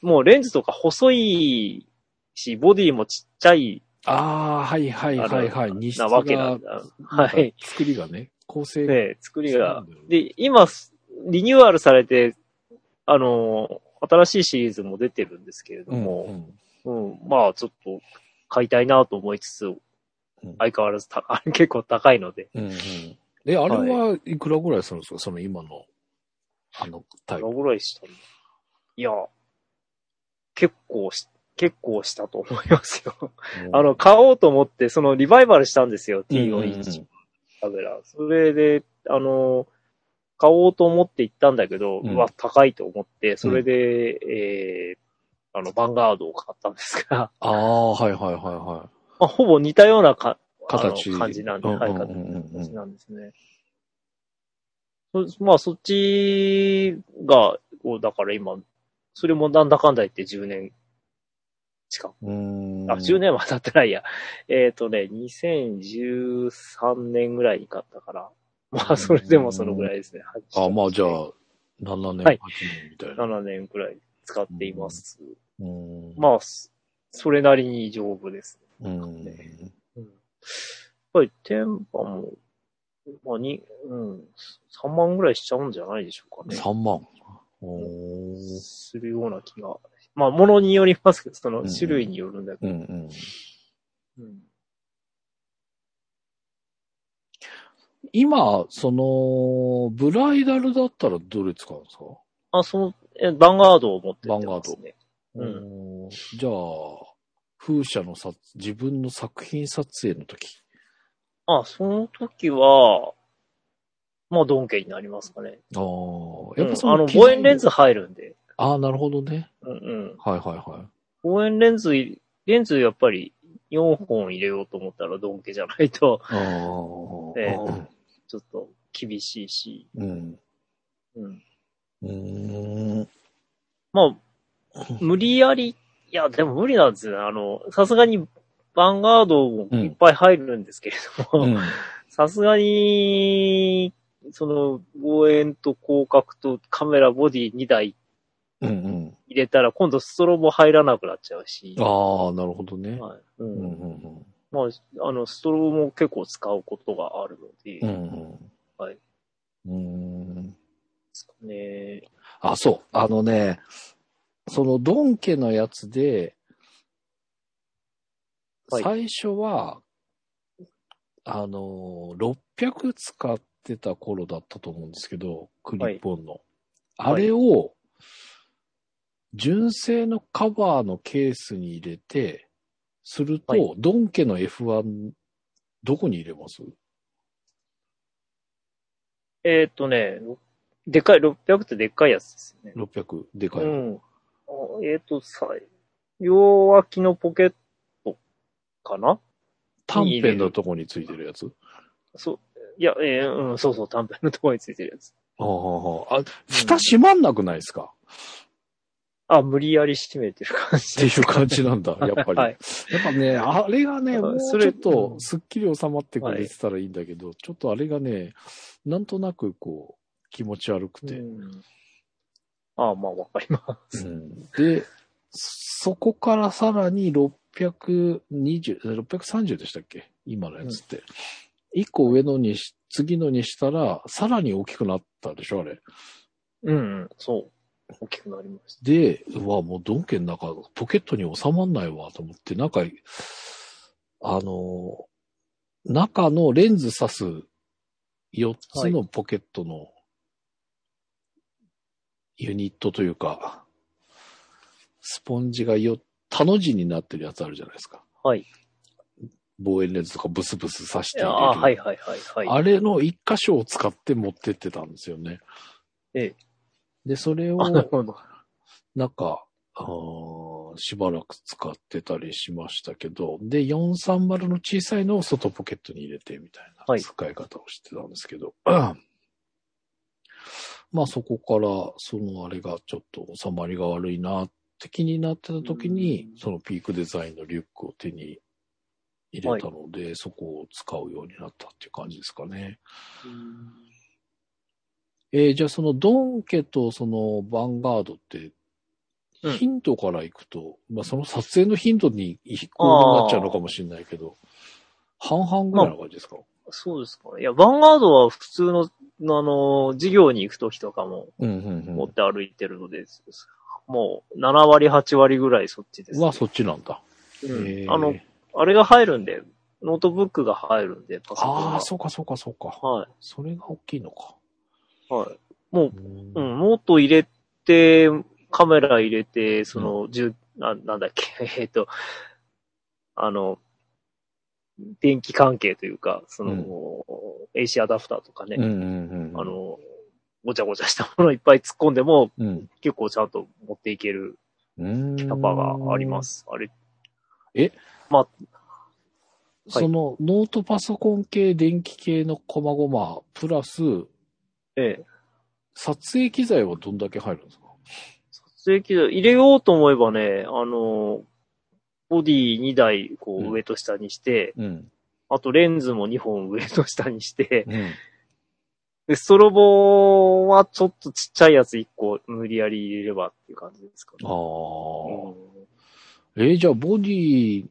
もうレンズとか細いし、ボディもちっちゃい
ああ、はいはいはいはい。に
なわけなんだ。は
なん
い
か。作りがね、構成が。
ね、作りが
そうなんだよ。ね
で、今、リニューアルされて、あの、新しいシリーズも出てるんですけれど
うん
も、
うん
うん、まあちょっと買いたいなと思いつつ、相変わらずた、 あれ結構高いので、
うんうんえ、あれはいくらぐらいするんですかその今の、あのタイ
い
プ
く。らぐらいしたのいや、結構し、結構したと思います よ。あの、買おうと思って、そのリバイバルしたんですよ、
うんうんうん
T41 カメラ。それで、あの、買おうと思って行ったんだけど、
う
うんわ、高いと思って、それで、えー、あの、バンガードを買ったんですが、
ああ、はいはいはいは
まあ、ほぼ似たようなか
い。形
あの感じなんで、
うんうん
はい、
うん
形
うんうん
なんですね。そまあ、そっちが、こうだから今、それもなんだかんだ言って10年近く。
うーん。
あ、10年は経ってないや。 えっ、とね、2013年ぐらいに買ったから。まあ、それでもそのぐらいですね。
あまあじゃあ、7年、8年みたいな。
7年くらい使っています。
うーん。
まあ、そそれなりに丈夫です。
うん。
うん、やっぱり、テンパも、まあ、に、うん、3万ぐらいしちゃうんじゃないでしょうかね。
3万。おー
するような気が。まあ、ものによりますけど、その
うん
種類によるんだけ
うん
ど。
うん。
うん
今、その、ブライダルだったらどれ使うんですか
あ、その、え、ヴァンガードを持って
ヴ
っ
ァン
て
ガー
ま
ド
すね。う
おーじゃあ、風車のさ自分の作品撮影の時。
あ、その時は、まあ、ドンケになりますかね。
ああ、やっぱその、
うんあの、望遠レンズ。入るんで。
ああ、なるほどね。
うんうん。
はいはいはい。
望遠レンズい、レンズやっぱり4本入れようと思ったらドンケじゃないと、
ああ、
ええちょっと厳しいし。
うん。
うん。
うーん。
ま あ、無理やり、いや、でも無理なんですよね。あの、さすがに、ヴァンガードもいっぱい入るんですけれど
う
も、
ん。
さすがに、その、望遠と広角とカメラボディ2台
うんうん。
入れたら、今度ストロボ入らなくなっちゃうし。
ああ、なるほどね。
はい。う。
うんんうん
まあ、あの、ストロボも結構使うことがあるので、
うん。う
で
んうん。
はいう
ーん。
すかね。
あ、そう。あのね、そのドン家のやつで、
はい
最初は、あのー、600使ってた頃だったと思うんですけど、クリップオンの。
い
あれを、純正のカバーのケースに入れて、すると、
はい
ドン家の F1、どこに入れます
えーっ、とね、でかい、600ってでっかいやつですよね。
?600、でかい。
うん。あえーっ、と、さ、両脇のポケットかな
短編のとこについてるやつ
そう、いや、えーうん、そうそう、短編のところについてるやつ。
ああ、あ蓋閉まんなくないですか、
あ、無理やり締めてる感
って
じ。
いう感じなんだ、やっぱり。
はい
やっぱね、あれがね、
あ
もう
そ
ちょ
れ
っとすっきり収まってくれてたらいいんだけど、ちょっとあれがね、なんとなくこう、気持ち悪くて。
うん、あまあ、わかりま
うんで、そこからさらに620、630でしたっけ今のやつって。一個上のにし、次のにしたら、さらに大きくなったでしょ、あれ。
す。うん、うん、そう。大きくなりました。
で、うわ、もうドンケの中、ポケットに収まんないわ、と思って、なんか、あの、中のレンズ挿す4つのポケットのユニットというか、スポンジがよ、他の字になってるやつあるじゃないですか。
はい。
望遠レンズとかブスブス挿している。
あはいはいはいはい。
あれの一箇所を使って持ってってたんですよね。
ええ
で、それを、
あなるほど。
なんか、あーしばらく使ってたりしましたけど、で、430の小さいのを外ポケットに入れてみたい
は
ない使い方をしてたんですけど、 まあそこから、そのあれがちょっと収まりが悪いなって気になってた時に
う、ん
そのピークデザインのリュックを手に入れたので、そこを使うようになったっていう感じですかね。えーじゃあそのドン家とそのヴァンガードって、
うん
ヒントからいくと、まあその撮影のヒントに一個になっちゃうのかもしれないけど、半々ぐらいの感じですか、
そうですかね。いや、ヴァンガードは普通の、あの、授業に行くときとかも
うんうん
持って歩いてるので、もう7割、8割ぐらいそっちです、
はそっちなんだ。
うん
へー
あの、、あれが入るんで、ノートブックが入るんで、パソコンが。
ああ、そうかそうかそうか。
はい。
それが大きいのか。
はい。も
うん
う、うん、ノート入れて、カメラ入れて、その、じゅ、な、なんだっけ、 えっと、あの、電気関係というか、その、
うん
AC アダプターとかね、
うんうんうん。
あ、の、ごちゃごちゃしたものをいっぱい突っ込んでも、
うん。
結構ちゃんと持っていける
うん
キャパがありま。す。あれ。
そのノートパソコン系、電気系のコマごま、プラス、
ええ。
撮影機材はどんだけ入るんですか
撮影機材入れようと思えばね、あの、ボディ2台、こ
うん
う、上と下にして、
うん。
あとレンズも2本上と下にして、
うん。
で、ストロボはちょっとちっちゃいやつ1個無理やり入れればっていう感じですかね。
ああ。
うん
えーじゃあボディ、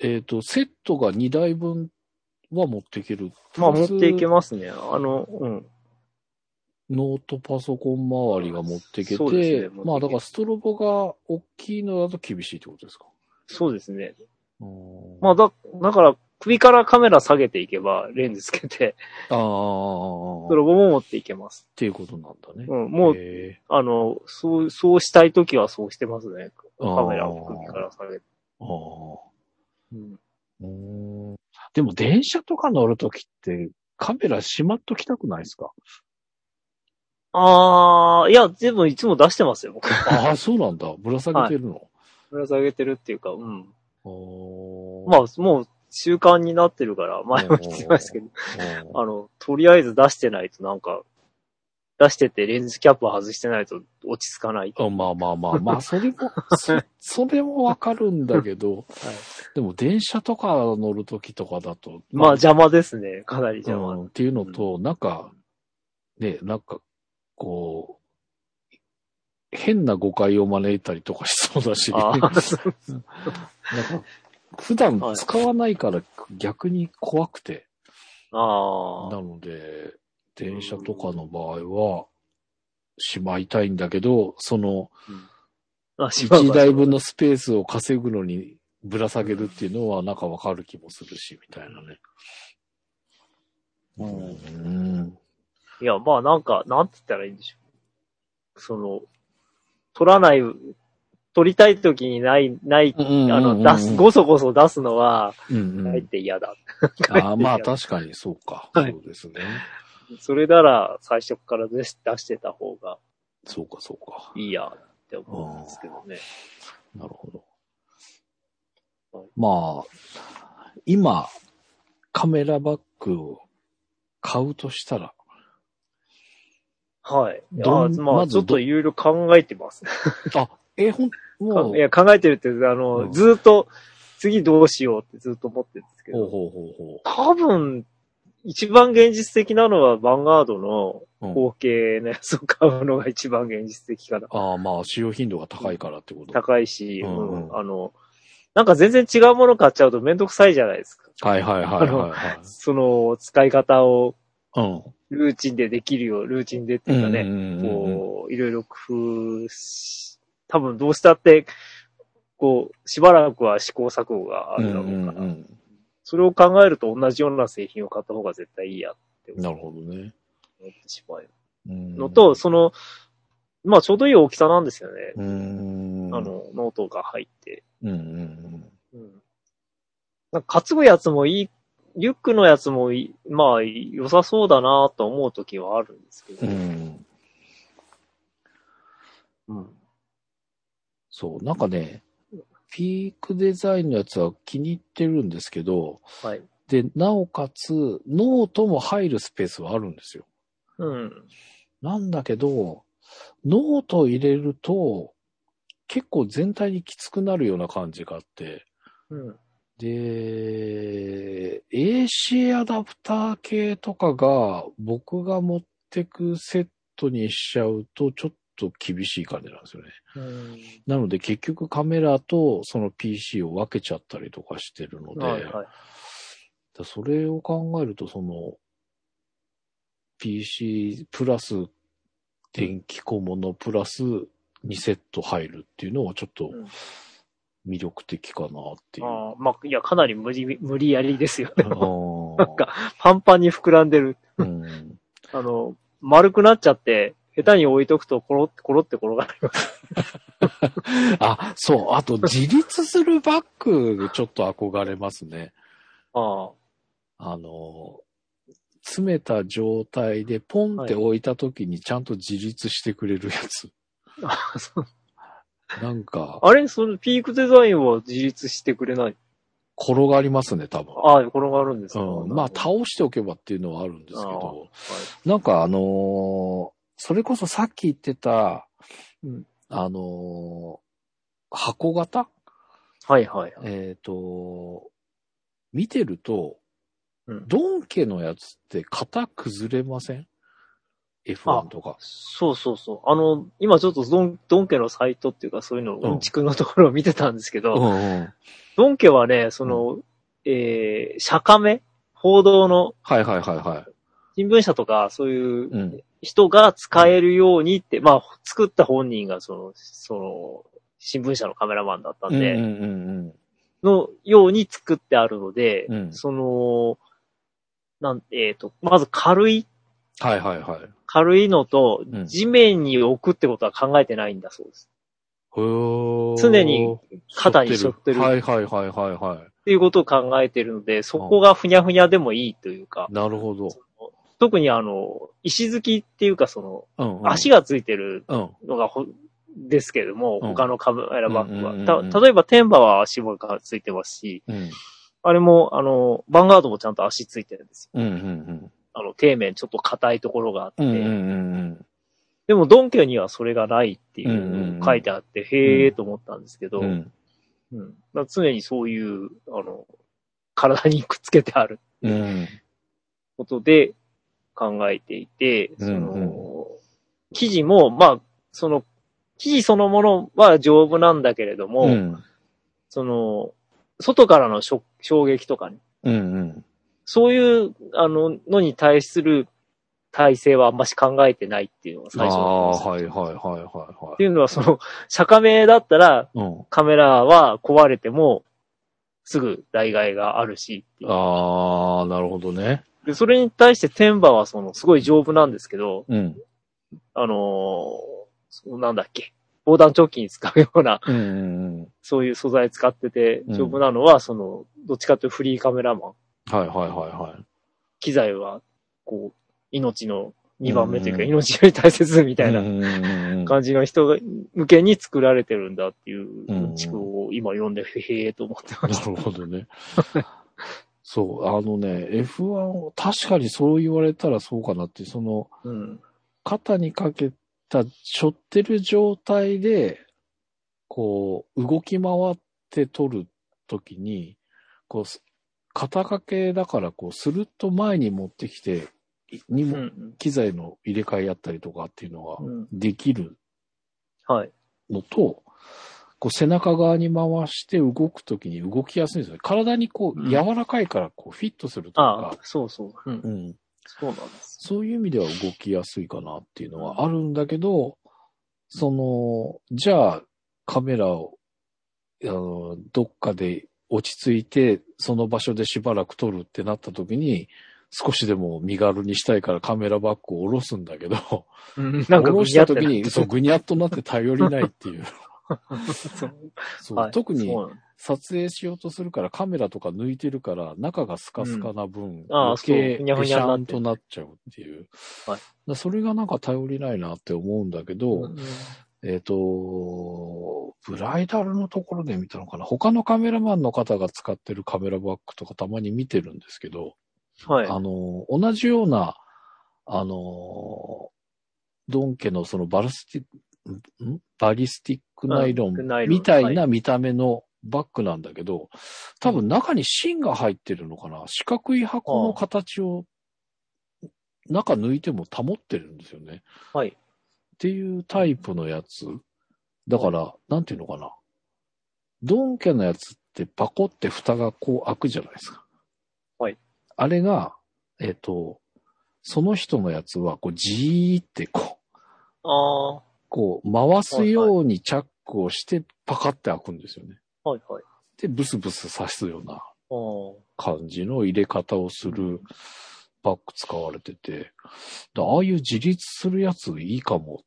えっ、と、セットが2台分は持っていける。
まあ持っていけ
プラ
ますね。あの、うん。
スノートパソコン周りが持っていけ
そうです
て、
ね持っていけ
まあだからストロボが大きいのだと厳しいってことですか。
そうですね。
うーん
まあだ、だから、首からカメラ下げていけば、レンズつけて、
ああ、
それを持っていけます
っ。ていうことなんだね。
うん、もう、
へ
あの、そう、そうしたいときはそうしてますね。
ー
カメラを首から下げて。
あー
うん、
うーんでも電車とか乗るときって、カメラしまっときたくないですか
あー、いや、全部いつも出してますよ、僕。
ああ、そうなんだ。ぶら下げてるの。
ぶら下げてるっていうか、うん。
おー
まあ、もう、習慣になってるから、前も言ってますけど、
おー
あの、とりあえず出してないとなんか、出しててレンズキャップ外してないと落ち着かない。
あまあま あまあまあ、それも、そそれもわかるんだけ ど、でも電車とか乗るときとかだと、
まあ
ゃ
邪魔ですね。かなり邪魔。
っていうのと、なんか、ね、なんか、こう、変な誤解を招いたりとかしそうだし、
あ
なんか
ーそう
普段
はい
使わないから逆に怖くて、
あー。
なので、電車とかの場合は、しまいたいんだけど、その、
あ、しまう
1台分
の。
のスペースを稼ぐのにぶら下げるっていうのはなんかわかる気もするし、みたいなね。うん。
いや、まあなんか、なんて言ったらいいんでしょう。その、撮らない、撮りたい時にない、ない、
あ
あの、出す、ごそごそ出すのは、
うんうん
入って嫌だ。
あーま あ確かにそうか。
はい
そうですね。
それなら、最初から出し出してた方が
そうかそうか。
いいや、って思うんですけどね。
なるほど
はい。
まあ、今、カメラバッグを買うとしたら、
はい。
どん
あま
ま
あ、
ず
ちょっといろいろ考えてます。
あ、え、ほん、もう
い、や、考えてるって、あの、
うん
ずーっと、次どうしようってずっと思ってるんですけ
ほう
ど、
ほうほうほう。
多分、一番現実的なのは、ヴァンガードの
うん
後継のやつを買うのが一番現実的かな。
ああ、まあ、使用頻度が高いからってこと。
高いし、
う
うん
うん
んあの、なんか全然違うもの買っちゃうとめんどくさいじゃないですか。
はいはいはいはい、はい。
その、使い方を
うん。
ルーチンでできるよう、ルーチンでっていうかね、
んん
こう、いろいろ工夫し、多分どうしたって、こう、しばらくは試行錯誤があ
う
るだろ
ん
う
う
から、
んうん
それを考えると同じような製品を買った方が絶対いいやって思
な
っ
るほどね。
てしまう
うん
のと、、その、まあちょうどいい大きさなんですよね。
うん。
あ、の、ノートが入って。
うんうん
うん。なんか担ぐやつもいい、リュックのやつもいい、まあ良さそうだなと思う時はあるんですけ
うん。う
ど。
ん。
うん。
そう、なんかね、ピークデザインのやつは気に入ってるんですけど、
はい。
で、なおかつ、ノートも入るスペースはあるんですよ。
うん。
なんだけど、ノートを入れると、結構全体にきつくなるような感じがあって、
うん。
で、AC アダプター系とかが僕が持ってくセットにしちゃうとちょっと厳しい感じなんですよね。
うん。
なので結局カメラとその PC を分けちゃったりとかしてるので、
はいはい。
だそれを考えるとその PC プラス電気小物プラス2セット入るっていうのはちょっと
うん
魅力的かなっていう。
ああ、まあ、いや、かなり無理、無理やりですよね。
あ ー
パンパンに膨らんでる。
うん
あの、丸くなっちゃって、下手に置いとくと、コロって、コロって転がる。
あ、そう。あと、自立するバッグ、ちょっと憧れますね。
あ
あの、詰めた状態でポンって置いた時にちゃんと自立してくれるやつ。
あ。そう
なんか、
あれそのピークデザインは自立してくれない。
転がりますね、多分。
ああ、転がるんですか、
うん、まあ、
は
倒しておけばっていうのはあるんですけど、
い
なんかあのーそれこそさっき言ってた、
うん
あのー箱型
はいはいはい。
えっ、と、見てると、
うん
ドン家のやつって型崩れません ?F1 とか。
そうそうそう。あの、今ちょっとドン、ドン家のサイトっていうかそういうのを、
うん
うんちくのところを見てたんですけど、
んうん。
ドン家はね、その、えー、釈迦目報道の
はいはいはいは
新聞社とか、そう
い。う。
いうん人が使えるようにって、まあ、作った本人がその、その、新聞社のカメラマンだったんで、
うんうんうん
のように作ってあるので、
うん
その、なん、えっ、と、まず軽い、
はいはいはい。へ
軽いのと
う、ん
地面に置くってことは考えてないんだそうです。
ー
常に肩に背負ってる
はいはいはいはいは
っていうことを考えてるので、そこがふにゃふにゃでもいいというか
い。、なるほど。
特にあの、石突きっていうかその、
うん、うん。
足がついてる
うん。
のがほ、ですけれども、
うん
他のカメラバッグ
うんうん
は
うんうん。
た、例えばテンバは足もがついてますし、
うん。
あれも、あの、バンガードもちゃんと足ついてるんですよ。
うんうん
あの、底面ちょっと硬いところがあって、
うん。うんうんうん
でもドンキョにはそれがないってい
うんうんう
うん書いてあって、へえーと思ったんですけど、
う。
うんんだから常にそういう、あの、体にくっつけてある
うん。うん。
ことで考えていて、その、
うん
生地も、まあ、その、生地そのものは丈夫なんだけれども、
うん。
その、外からの衝衝撃とかね、
うんうん。
そういう、あの、のに対する体制はあんまし考えてないっていうのが
あ
最初の
あ
話
ー、はいはいはいはいは
っ
い
て。いうのは、その、釈迦名だったら
うん。
カメラは壊れても、すぐ代替えがあるしっていう
ああ、なるほどね。
で、それに対してテンバはその、すごい丈夫なんですけど、
うん。
あのーそうなんだっけ、防弾チョッキに使うような、
うんうんうん。
そういう素材使ってて、
うん
丈夫なのは、その、どっちかというとフリーカメラマン、
はいはいはいはい。
機材は、こう、命の2番目というか、
うん
命より大切みたいな
うんうんうんうん
感じの人が向けに作られてるんだっていう
うん
地区を今読んで、へえと思ってまし
なるほどね。そう、あのね、F1 を、確かにそう言われたらそうかなって、その、
た。うん。
肩にかけた、背負ってる状態で、こう、動き回って撮るときに、こう、す肩掛けだから、こう、スルッと前に持ってきて、いに
うんう
も、
ん。
機材の入れ替えやったりとかっていうのが
うん
できる
はい。
のと、こう背中側に回して動くときに動きやすいんですよね。体にこ
うん
う柔らかいからこうフィットすると
あ
か
あ、、そうそう。うん。
うん、
そうなんです。
そういう意味では動きやすいかなっていうのはあるんだけど、その、じゃあカメラを、あの、どっかで落ち着いて、その場所でしばらく撮るってなったときに、少しでも身軽にしたいからカメラバッグを下ろすんだけど、
うん。なんか
下
ぐ
ろ
に
し
ゃったてな
時
って
に、そう、ぐにゃっとなって頼りないっていう。
そう
そう
はい
特に
そうなん
撮影しようとするからカメラとか抜いてるから中がスカスカな分、
ああ
余計
そうふにゃふ
ペ
に
シ
ゃ
ャ
にな
ー
って
ンとなっちゃうっていう。
はい
だそれがなんか頼りないなって思うんだけど、
うん
えっ、と、ブライダルのところで見たのかな他のカメラマンの方が使ってるカメラバッグとかたまに見てるんですけど、
はい。
あの、同じような、あの、ドン家のそのバルスティック、んバリスティックナイロ
うんナイ
ン
ロン
みたいな見た目のバッグなんだけど、多分中に芯が入ってるのかな四角い箱の形を中抜いても保ってるんですよね。
はい
っていうタイプのやつ。だから、なんていうのかな。ドン家のやつってパコって蓋がこう開くじゃないですか。
はい。
あれが、えっ、と、その人のやつは、こう、じーってこう、
あ
こう、回すようにチャックをして、パカって開くんですよね。
あ、はいはい。
で、ブスブス刺すような
あー
感じの入れ方をするバッグ使われてて、だああいう自立するやついいかも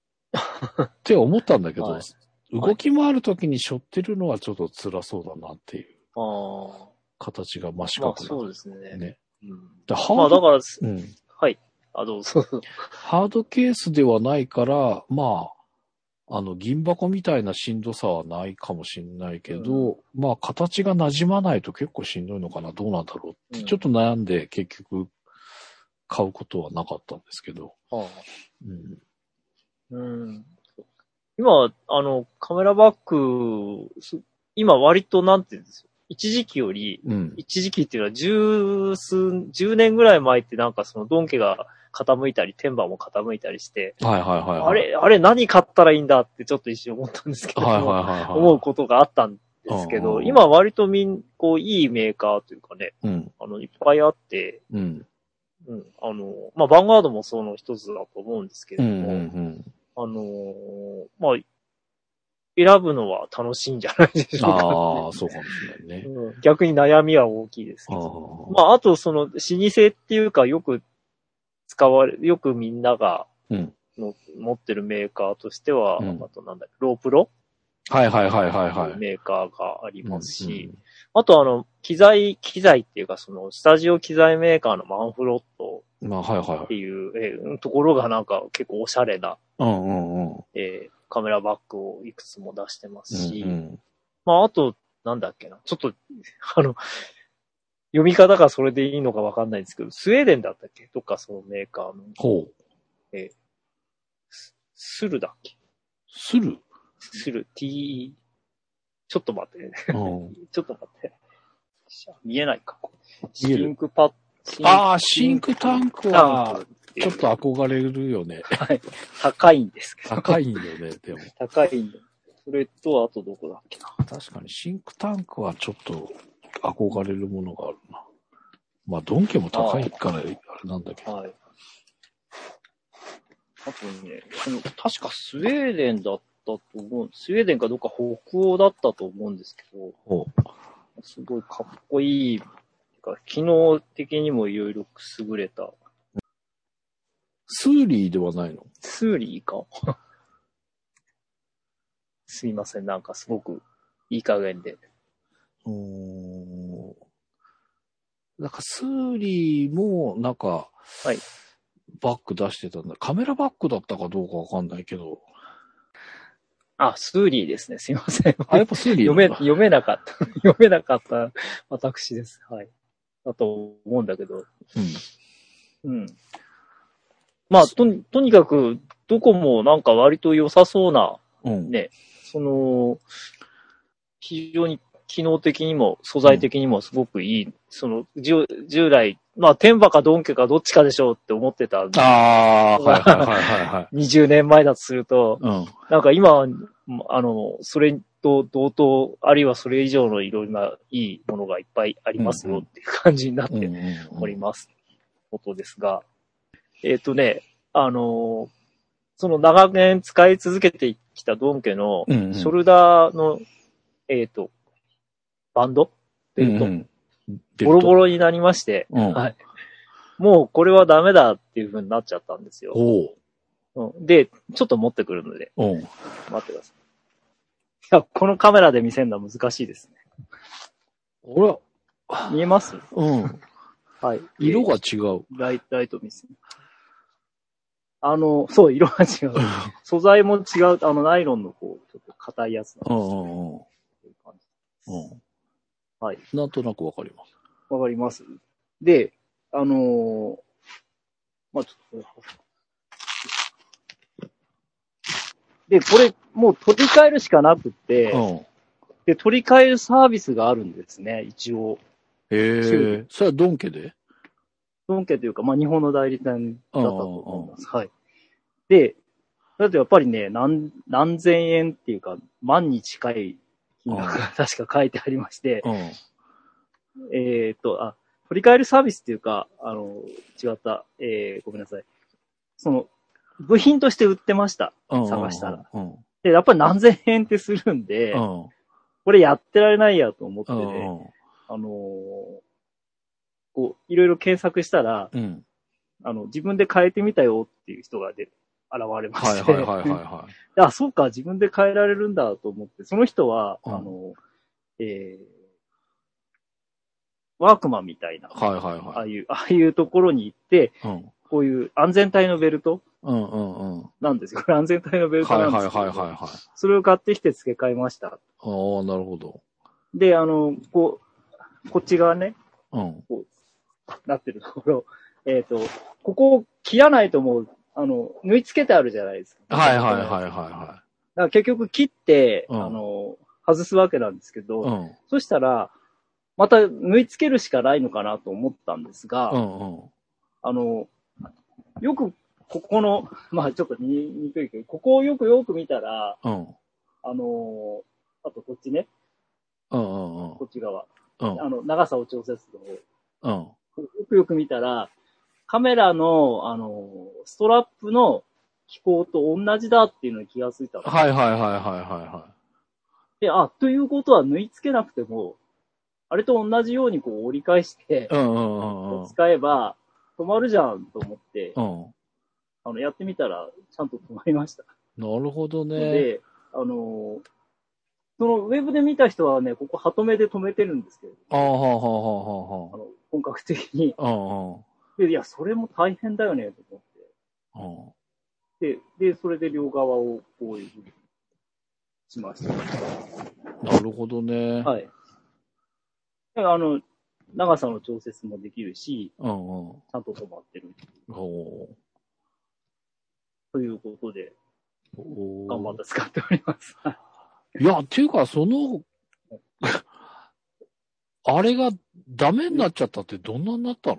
って思ったんだけど、
はい
動き回るときに背負ってるのはちょっと辛そうだなっていう
あー。
形が真四
まあ
角
そう
な
ですね。
ね。
うん
でハ
まあ
ー
だ
ド、
から、
うん、
はい。あ、どう ぞ。
ハードケースではないから、まあ、あの、銀箱みたいなしんどさはないかもしんないけど、まあ、形が馴染まないと結構しんどいのかな、どうなんだろう
うん
ちょっと悩んで結局買うことはなかったんですけど。
あー
うん。
うん今、あの、カメラバッグ、す今割となんて言うんですよ。一時期より、
うん。
一時期っていうのは十数、十年ぐらい前ってなんかそのドン家が傾いたり、天板も傾いたりして、
はいはいはい、はい。
あれ、あれ何買ったらいいんだってちょっと一瞬思ったんですけど、
はいはいはい、はい。
思うことがあったんですけ
うんうん
ど、
うん
今割とみん、こう、いいメーカーというかね、
うん。
あの、いっぱいあって、
うん。
うん、あの、まあ、バンガードもその一つだと思うんですけ
う
れど
ん。
も、
うん。
あのーまあ、選ぶのは楽しいんじゃないでしょうか、
ああ、そうかもしれないね。
うん逆に悩みは大きいですけ
ああ
ど。まあ、あと、その、老舗っていうか、よく使われ、よくみんなが
うん
の、持ってるメーカーとしては、
うん
あとなんだっけロープロ
はいはいはいはい
と。
はいいう
メーカーがあり
うんう
ますし、
ん
あとあの、機材、機材っていうか、その、スタジオ機材メーカーのマンフロット
まあ、はいはいは
って
い。
いう、えーところがなんか結構おしゃれな、
うんうんうん。
えーカメラバッグをいくつも出してますし、
うん
まあ、あと、なんだっけな。ちょっと、 あの、読み方がそれでいいのかわかんないんですけど、スウェーデンだったっけとか、そのメーカーの、
ほう。
スルだっけ
する
スル、t、ちょっと待ってね。
うん。
ちょっと待って。見えないか。
見える
シンクパッ、シンク
ああ、シンクタンクは、
てい
ちょ
う
っと憧れるよね。
高いんですけど。
高いんよね、でも。
高いんで。それと、あとどこだっけな。
確かにシンクタンクはちょっと憧れるものがあるな。まあ、ドンキも高いから、あれなんだけど。
はい。あとね、その、確かスウェーデンだったと思う。スウェーデンかどっか北欧だったと思うんですけど、
ほ
すごいかっこいい。てか機能的にもいろいろ優れた。
スーリーではないの
スーリーか すいません、なんかすごくいい加減で。
うーん。なんか、スーリーも、なんか、
はい
バッグ出してたんだ。カメラバッグだったかどうかわかんないけど。
あ、スーリーですね。すいません。
あ、やっぱスーリ
読
ーな
め、
んだ
読めなかった。読めなかった私です。はい。だと思うんだけど。
うん
うん。まあ、とに、とにかく、どこもなんか割と良さそうな、
うん。
ね、その、非常に機能的にも素材的にもすごくいい、その、従従来、まあ、天馬かドン家かどっちかでしょうって思ってた。
ああ、はいはいはいはいはい。
20年前だとすると、
うん。
なんか今、あの、それと同等、あるいはそれ以上のいろんないいものがいっぱいありますよっていう感じになって
うんうんうん
おります。ことですが、えっ、とね、あのーその長年使い続けてきたドン家の
うんうん
ショルダーの、えっ、と、バンドベルト、
うんうんベ
ボロボ
ロ。
ロになりまして、
うん。
はいもうこれはダメだっていう風になっちゃったんですよ。
おう。
うんで、ちょっと持ってくるので、
うん。
待ってください。いや、このカメラで見せるのは難しいですね。
ほら、
見えます
うん。
はい。
色が違う。
ライライト見せあの、そう、色が違う。素材も違う。あの、ナイロンのこう、ちょっと硬いやつ
う
なんん
う
ですね。
んうん。
こういう感
うん。
はい。
なんとなくわかります。
じわかりますで、あのーまあ、ちょっとこれ。で、これ、もう取り替えるしかなくって、
うん。
で、取り替えるサービスがあるんですね、一応。
へえ
中。
それはドン家で
ドン家というか、まあ、日本の代理店だったと思います。はい。で、だってやっぱりね、何、何千円っていうか、万に近い金額が 確か書いてありまして、
うん。
えーっと、あ、取り替えるサービスっていうか、あの、違った、えー、ごめんなさい。その、部品として売ってました。
うん
探したら。
うん。
で、やっぱり何千円ってするんで、
うん。
これやってられないやと思って
う
ね、
ん。
あのーこう、いろいろ検索したら、
うん。
あの、自分で変えてみたよっていう人がで現れま
は
し
い
て、
はいはいはいは
あ、そうか、自 分で変えられるんだと思って、その人は、
うん
あの、えー、ワークマンみたいな、
い。はいはい
あ
は
あ
い。
いう、ああいうところに行って、
うん。
こういう安全帯のベルト
うんうんうん。は
なんですよ。これ安全帯のベ
い
ルト
はい
なん
は
です
い
けど、
はいはい。
それを買ってきて付け替えました。
ああ、なるほど。
で、あの、こう、こっち側ね、
うん。
なってるところ、えっ、と、ここを切らないともう、あの、縫い付けてあるじゃないですか。
はいはい
だか
はいはいは
ら結局切って、
うん
あの、外すわけなんですけど、
い。うん。
そしたら、また縫い付けるしかないのかなと思ったんですが、
うんうん。
あの、よく、ここの、まあちょっと見にくいけど、ここをよくよく見たら、
うん。
あのーあとこっちね、
うんうんうん。
こっち側、
うん。
あの、長さを調節する
うん。
方。よくよく見たら、カメラの、あのーストラップの機構と同じだっていうのに気がついたの。
はいはいはいはいはいは
で、あ、ということは縫い付けなくても、あれと同じようにこう折り返して、
うんうんうんうん。
使えば止まるじゃんと思って、
うん。
あの、やってみたらちゃんと止まりました。
なるほど
の
ね。
で、あのーそのウェブで見た人はね、ここ、ハトメで止めてるんですけど、
ああ、はあはあは
あの本格的に。
あはあは
で、いや、それも大変だよね、と思
あ。うんうん。うん
って。で、で、それで両側をこういうふうにしました。
なるほどね。
はい。だからあの、長さの調節もできるし、
うんう
ち
ん。
ゃんと止まってる。
おー
ということで、
おー
頑張って使っております。
いや、っていうか、その、あれがダメになっちゃったってどんなになったの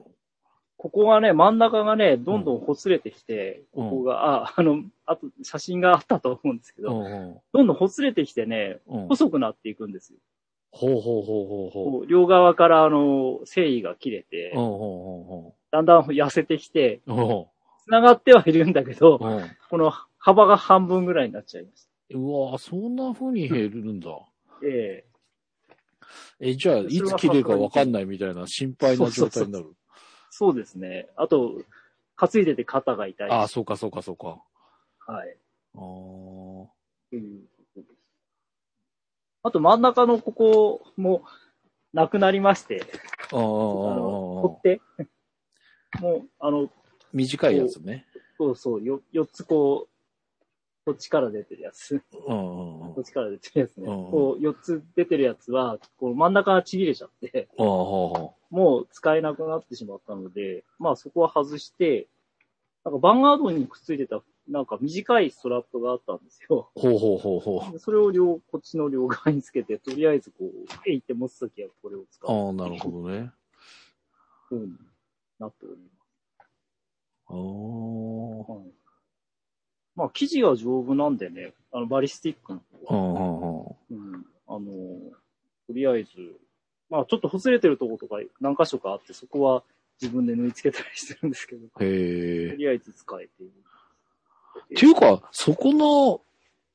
ここがね、真ん中がね、どんどんほつれてきて、
うん
ここが、あ、あの、あと、写真があったと思うんですけど、
ん
どんどんほつれてきてね、
うん。うん。ほう
細くなっていくんですよ。
ほうほうほうほう。
こう両側から、あの、繊維が切れて
うん、ほ
だんだん痩せてきて、
うほうほ
繋がってはいるんだけど
う。、うん。
この幅が半分ぐらいになっちゃいまし
うわぁ、そんな風に減るんだ。
た。え
え、じゃあ、
そ
い
れは
つ切れるかわかんないみたいな心配な状態になる。
えそうですね。あと、担いでて肩が痛いし。
ああ、そうかそうかそうか。
はい。
あー
ということですあと真ん中のここもなくなりまして、
あー
あ
あーあ
の、
ー
取っ、手 もう、あの、
短いやつね。
そうそう、よ4つこう、こっちから出てるやつ。
うんうんうん。あ
こっちから出てるやつね。
うん
こう、4つ出てるやつは、こう真ん中がちぎれちゃって、
あ、は
もう使えなくなってしまったので、まあそこは外して、なんかバンガードにくっついてた、なんか短いストラップがあったんですよ。
あ、ほうほうほうほ
それを両、こっちの両側につけて、とりあえずこう、えいって持つときはこれを使
う。
う
ああ、なるほどね。
ふうになっており
ああ
ます。はいまあ生地が丈夫なんでね、あのバリスティックの、
うんうんうん。
うん、あの、とりあえず、まあちょっとほつれてるとことか何箇所かあって、そこは自分で縫い付けたりしてるんですけど、
へえ
と。りあえず使えている。
っていうか、そこの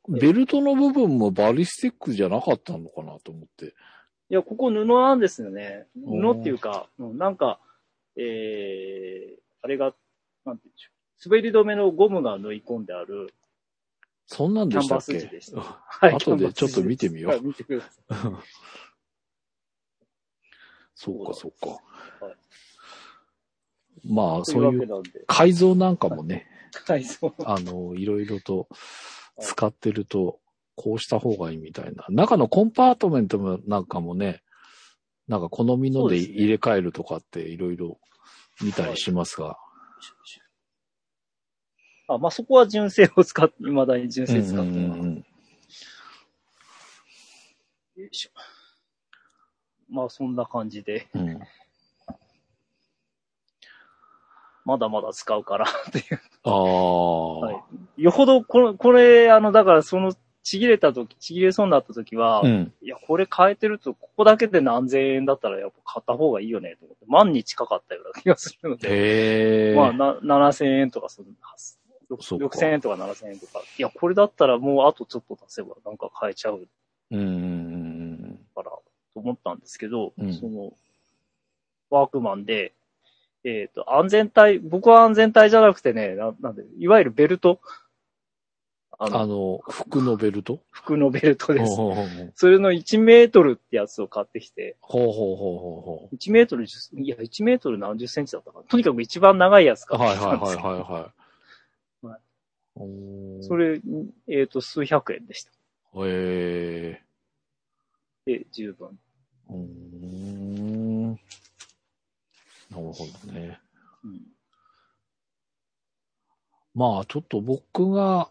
ベルトの部分もバリスティックじゃなかったのかなと思って。
いや、ここ布なんですよね。
おー
布っていうか、うんなんか、えー、あれが、なんていうんでしょう。滑り止めのゴムが縫い込んである
そんなん
キ
で
ャン
した
バ
っ
ス地
け
でした。は
後
キ
で
ャンバス地
ちょっと見てみよう
はい見てください。
そうかそうか
は。
まあ、
そう
そう
い
い
わけ
うう
なんで。
改造なんかもね、
はい、そう。
あの、いろいろと使ってると、こうした方がいいみたいな。中のコンパートメントもなんかもね、なんか好み
そ
ので
うですね
入れ替えるとかっていろいろ見たりしますが。
あ、まあ、そこは純正を使って、未だに純正使って
うんうん
ます。
うん
よいしょまあ、そんな感じで、
うんうん
まだまだ使うからっていう。
ああ、
はいよほど、これ、これ、あの、だから、その、ちぎれたとき、ちぎれそうになったときは、
うん。
いや、これ変えてると、ここだけで何千円だったら、やっぱ買った方がいいよね、と思って。万に近かったような気がするので。
へえ。
まあ、な、7000円とか、そんな、
そうか
6000円とか7000円とか。いや、これだったらもうあとちょっと出せばなんか買えちゃう
うんうんうん
から、と思ったんですけど、
うん
その、ワークマンで、えっ、と、安全帯、僕は安全帯じゃなくてね、ななんで、いわゆるベルト。あ
うんあ
の、
の、服のベルト
服のベルトです。
ほうほうほう
それの1メートルってやつを買ってきて、
ほうほうほうほうほ
1メートル10、いや、1メートル何十センチだったかな。とにかく一番長いやつ
う。
か
は
ら
いはいはいはいは。
はい
おー
それ、えっ、と、数百円でした。
へえ。
で、十分。
うーん。なるほどね。
うん
まあちょっと僕が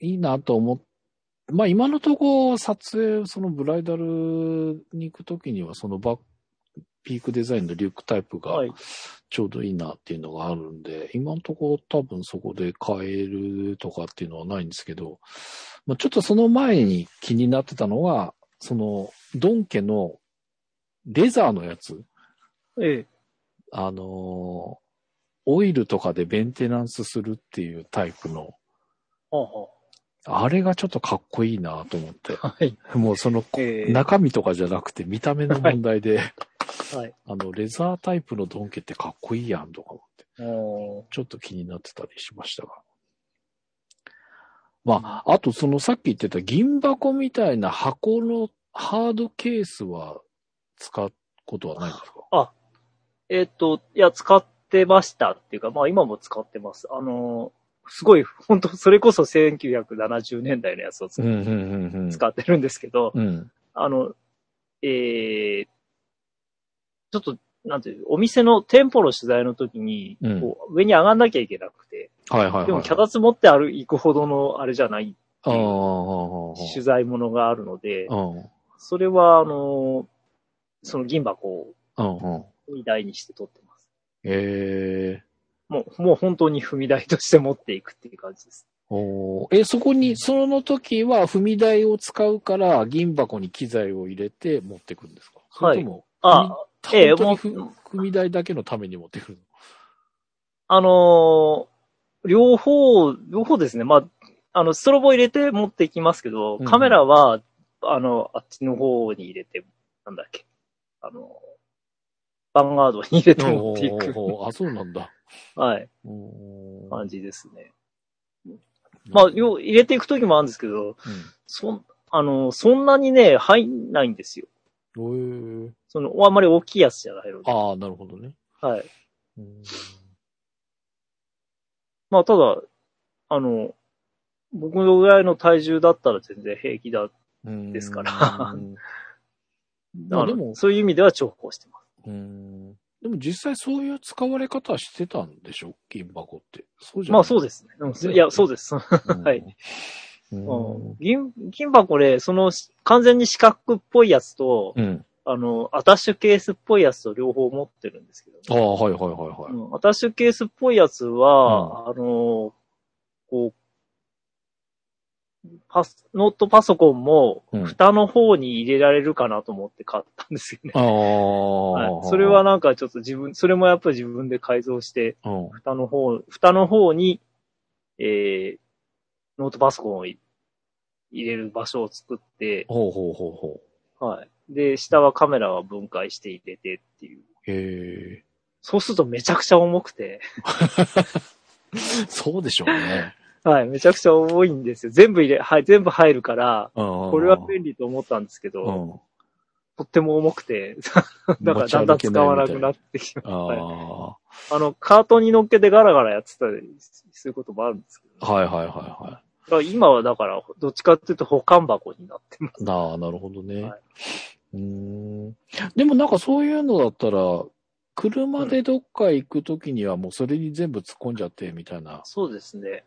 いいなと思っまあ今のところ撮影、そのブライダルに行くときにはそのバックピークデザインのリュックタイプが
はい。
ちょうどいいなっていうのがあるんで、今のところ多分そこで買えるとかっていうのはないんですけど、まあ、ちょっとその前に気になってたのは、その、ドン家のレザーのやつ、
ええ。
あのーオイルとかでメンテナンスするっていうタイプの、
はあは
あれがちょっとかっこいいなと思って。
はい。
もうその、
えー
中身とかじゃなくて見た目の問題で、
はい。
あの、レザータイプのドンケってかっこいいやんとか思って、
お
ちょっと気になってたりしましたが。まあ、あとそのさっき言ってた銀箱みたいな箱のハードケースは使うことはないんですか
えっ、と、いや、使ってましたっていうか、まあ今も使ってます。あのー、すごい、 本当それこそ1970年代のやつを使,、
んうんうん
ってるんですけど、
うん。
あの、えー、ちょっと、なんていう、お店の店舗の取材の時に、
うん
こう上に上がんなきゃいけなくて、
はいはいはい。
でも脚立持って歩くほどのあれじゃない
あああああ
取材ものがあるので、
あうん
それは、あの、その銀箱を
うんうん。
踏み台にして撮ってます。
ええ
もう、もう本当に踏み台として持っていくっていう感じです。
おーえ、そこに、その時は踏み台を使うから、銀箱に機材を入れて持ってくるんですかそ
はい
れとも、
あ、
踏み
ええ
本当に
もう
ふ踏み台だけのために持ってくる
あのー両方、両方ですね。まあ、あの、ストロボ入れて持っていきますけど
うん、
カメラは、あの、あっちの方に入れて、なんだっけ、あの、バンガードに入れて
の
持っていく、
おーあ、そうなんだ。
はい、
おー
感じですね。まあ、
うん
よう入れていく時もあるんですけど、そん、あの、そんなにね、入んないんですよ。
うん、えー
その、あんまり大きいやつじゃないので。
ああ、なるほどね。
はい。
うん
まあ、ただ、あの、僕のぐらいの体重だったら全然平気だ。
うん
ですから
うんま
あ
あで
の
も、
そういう意味では重宝してます。
うんでも実際そういう使われ方はしてたんでしょ銀箱って。そうじゃ
まあそう
で
ですね。うんそいや、そうです。
す。
はい
うん。
うん銀、銀箱で、その、し完全に四角っぽいやつと、
うん。
あの、アタッシュケースっぽいやつと両方持ってるんですけど、
ああ、はいはいはいはい。
うんアタッシュケースっぽいやつは、あの、こう、パス、ノートパソコンも、
うん
蓋の方に入れられるかなと思って買ったんですよね。
ああ、
はい。それは、なんかちょっと自分、それもやっぱり自分で改造して、
うん。
蓋の方、蓋の方に、えー、ノートパソコンをい入れる場所を作って、
ほうほうほうほ
はい。で、下はカメラは分解して入れてっていう。
う。へえ。
そうするとめちゃくちゃ重くて、
そうでしょうね。
はい、めちゃくちゃ重いんですよ。全部入れ、はい、全部入るから、
こ
これは便利と思ったんですけ
う
ど、
ん。
とっても重く て、だから
持ち
だん
歩
だん使
けいみたい
わなくなってきまし
ああ、
たはい。あの、カートに乗っけてガラガラやってたりすることもあるんですけど、
はいはいはいは
だから今はだから、どっちかっていうと保管箱になってます。
い。なあ、なるほどね。
はいう
ーん。でもなんかそういうのだったら、車でどっか行くときにはもうそれに全部突っ込んじゃってみたいなっ
そうですね。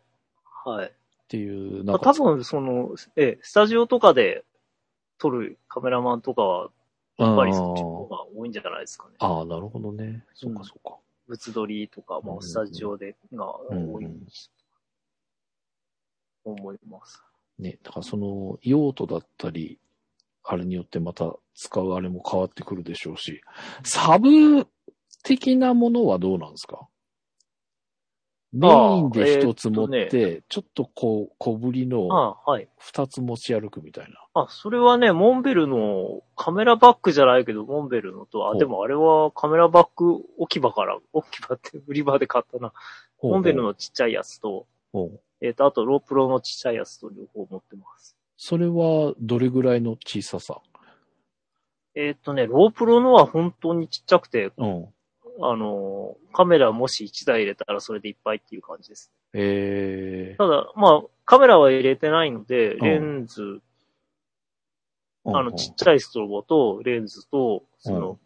はい。
ていう、
ま
な
あ
んか
多、分、その、ええ、スタジオとかで撮るカメラマンとかは、やっぱりそっちの方が多いんじゃないですかね。
ああ、なるほどね。そう
う
か
ん
そうか。
物撮りとか、ま
うん
あ、スタジオでが多い
うんうん
と思います。
ね、だからその用途だったり、あれによってまた使うあれも変わってくるでしょうし、サブ的なものはどうなんですかメインで一つ持って、
えーっ
ちょっとこう、小ぶりの
ああはい。
二つ持ち歩くみたいな。
あ、それはね、モンベルのカメラバッグじゃないけど、モンベルのと、
ほ
あ、
う
でもあれはカメラバッグ置き場から、置き場って売り場で買ったな。モンベルのちっちゃいやつと、
ほうほう。
えっ、と、あとロープロのちっちゃいやつと両方持ってます。
それはどれぐらいの小ささ
えーっ、とね、ロープロのは本当にちっちゃくて、
うん。
あのー、カメラもし1台入れたらそれでいっぱいっていう感じです。
えー
ただ、まあ、カメラは入れてないので、レンズ、
うん
あの、ちっちゃいストロボと、レンズと、その、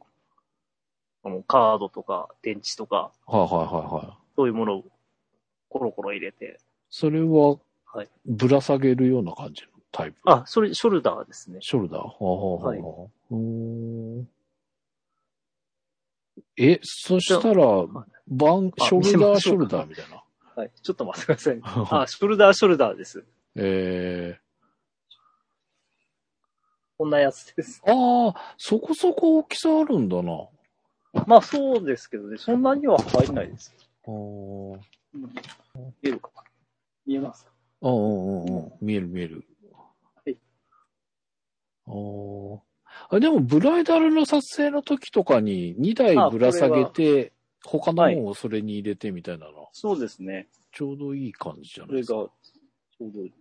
あのカードとか、電池とか、
はいはいはいはい。
そういうものをコロコロ入れて。
それは
はい、
ぶら下げるような感じのタイプ。
あ、それ、ショルダーですね。
ショルダー。はあはあはあ
はいう
ーんえ、そしたら、バン、
あ
ショルダー、
見せま
シ
し
ョ
ょうか
ルダーみたいな。
はい。ちょっと待ってくださいね。あ、ショルダー、ショルダーです。
え
こんなやつです。
ー、ああ、そこそこ大きさあるんだな。
まあ、そうですけどね、そんなには入んないです。
あー
見えるか見えますか
うんうんうんうん。見える見える。
はい。
おあでも、ブライダルの撮影の時とかに2台ぶら下げて、他のもをそれに入れてみたいなの、
そうですね。
ちょうどいい感じじゃ
こ
ない
れ
で
が、
す
ち
か。
ょうどいい。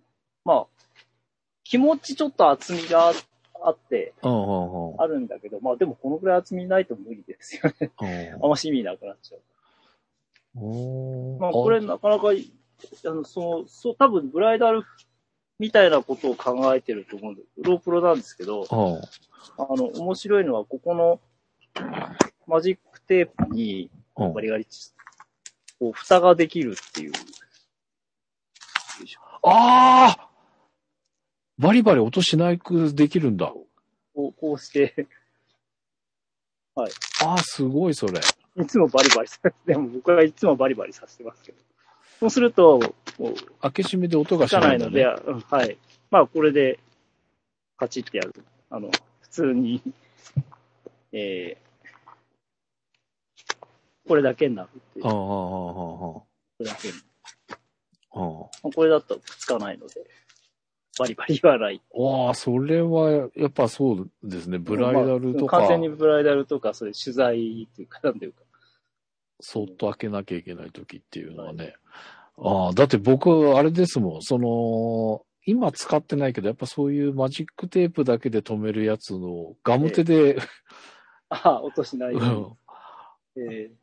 まあ、気持ちちょっと厚みがあって、
うんうんうん
あるんだけど、まあでもこのくらい厚みないと無理ですよね。 あんまし意味なくなっちゃう。
うん。
まあこれ
あ
なかなかい、あの、その、そう、多分ブライダルみたいなことを考えてると思うんで、ロープロなんですけど、
うん
あの、面白いのはここのマジックテープに
うん
バリガリ、こう、蓋ができるっていう。
ああバリバリ音しないくできるんだ。
こう、こうして、
ああ、すごい、それ。
いつもバリバリさせて、でも僕はいつもバリバリさせてますけど。そうすると、もう、
開け閉めで音が
つ
し
か
な
ないい
んだ
の
ね
で、。うんはい。まあ、これで、カチってやると。あの、普通に、えー、これだけになるっていう
あ。あ、ああ、
これだけに
ああ、ああ。
これだとくっつかないので、バリバリはない。
わあ、それは、やっぱそうですね。ブライダルと
まあ
か、
完全にブライダルとか、そういう取材っていうか、なんていうか。
そっと開けなきゃいけない時っていうのはね。ああ、だって僕、あれですもん。その、今使ってないけど、やっぱそういうマジックテープだけで止めるやつの、ガム手で、
ああ、落としないように。えー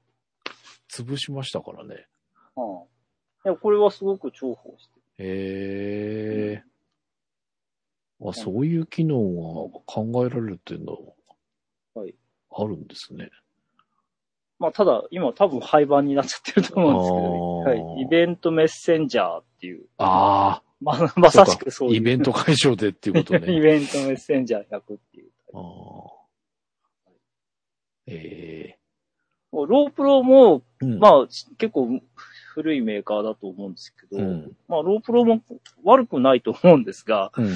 潰しましたからね。
はあ、いやこれはすごく重宝して
へえ。あ、そういう機能が考えられるっていうのは
はい、
あるんですね。
まあ、ただ、今多分廃盤になっちゃってると思うんですけ
あ
ど、
ー
はい、イベントメッセンジャーっていう、
ああ、
まあ、まさしくそういう
イベント会場でっていうことね。
イベントメッセンジャー100っていう。
ああ。え
もうロープロも、
えうん
まあ、結構古いメーカーだと思うんですけど、
うん。
まあ、ロープロも悪くないと思うんですが、
うんうん。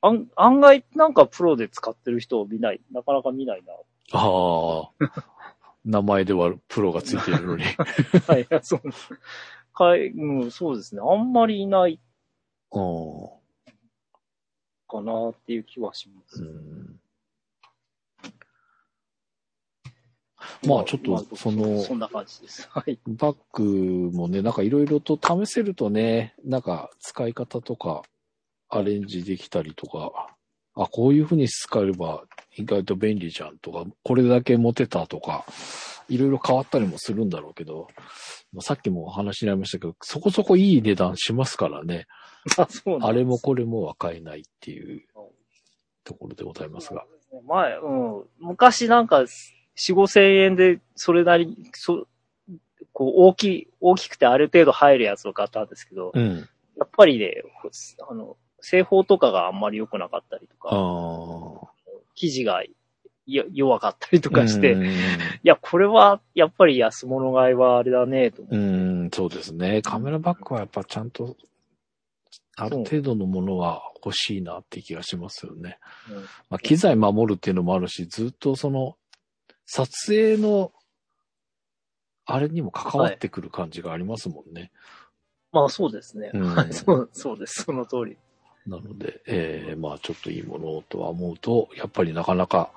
あん案外なんかプロで使ってる人を見ない、なかなか見ないな。
ああ。名前ではプロがついてい るのに。
はい、そう。かい、うん、そうですね。あんまりいない
あ
かなっていう気はします。
あ。うん。まあちょっと
まあ
その
そんな感じです。はい。
バッグもね、なんかいろいろと試せるとね、なんか使い方とかアレンジできたりとか、あ、こういうふうに使えば意外と便利じゃんとか、これだけ持てたとか、いろいろ変わったりもするんだろうけど、まあさっきもお話になりましたけど、そこそこいい値段しますからね、
あ、そうな
あ
んで
れ
す
もこれもは買えないっていうところでございますが。
前、うん。昔なんか、4、5千円で、それなりに、そ、こう、大きい、大きくてある程度入るやつを買ったんですけど、
うん。
やっぱりね、こうあの、製法とかがあんまり良くなかったりと
あ
か、
あ。
生地がよ弱かったりとかして、
う
い
ん
や、これは、やっぱり安物買いはあれだね、と思って
うん、そうですね。カメラバッグはやっぱちゃんと、ある程度のものは欲しいなって気がしますよね。
うん
まあ、機材守るっていうのもあるし、ずっとその、撮影の、あれにも関わってくる感じがありますもんね。
まあ、そうですね。
うん
はいそう、そうです。その通り。
なので、えーまあちょっといいものとは思うと、やっぱりなかなか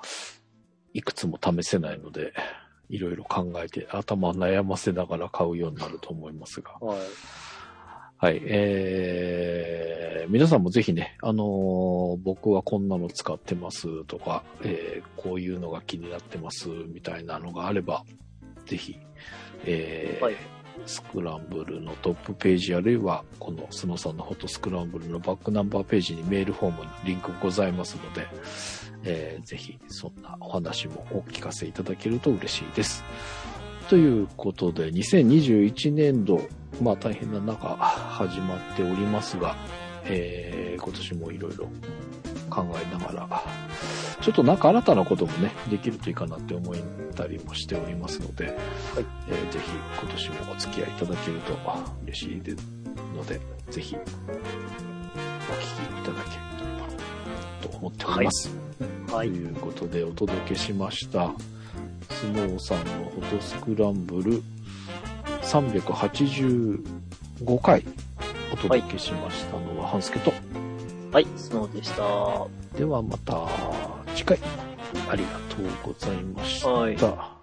いくつも試せないので、いろいろ考えて頭悩ませながら買うようになると思いますが。
はい。
はい、えー、皆さんもぜひね、あのー僕はこんなの使ってますとか、えーこういうのが気になってますみたいなのがあれば、ぜひ、えー
はい
スクランブルのトップページあるいは、このスノさんのフォトスクランブルのバックナンバーページにメールフォームのリンクございますので、えーぜひそんなお話もお聞かせいただけると嬉しいです。ということで、2021年度、まあ大変な中始まっておりますが、えー今年もいろいろ考えながら、ちょっとなんか新たなこともね、できるといいかなって思ったりもしておりますので、えーぜひ今年もお付き合いいただけると嬉しいでので、ぜひお聞きいただければと思っております。
は
と
い。
いうことでお届けしましたスノーさんのフォトスクランブル385回お届けしましたのは、半助と。
はい、スノーでした。は
ではまた次回、ありがとうございました。
い。
た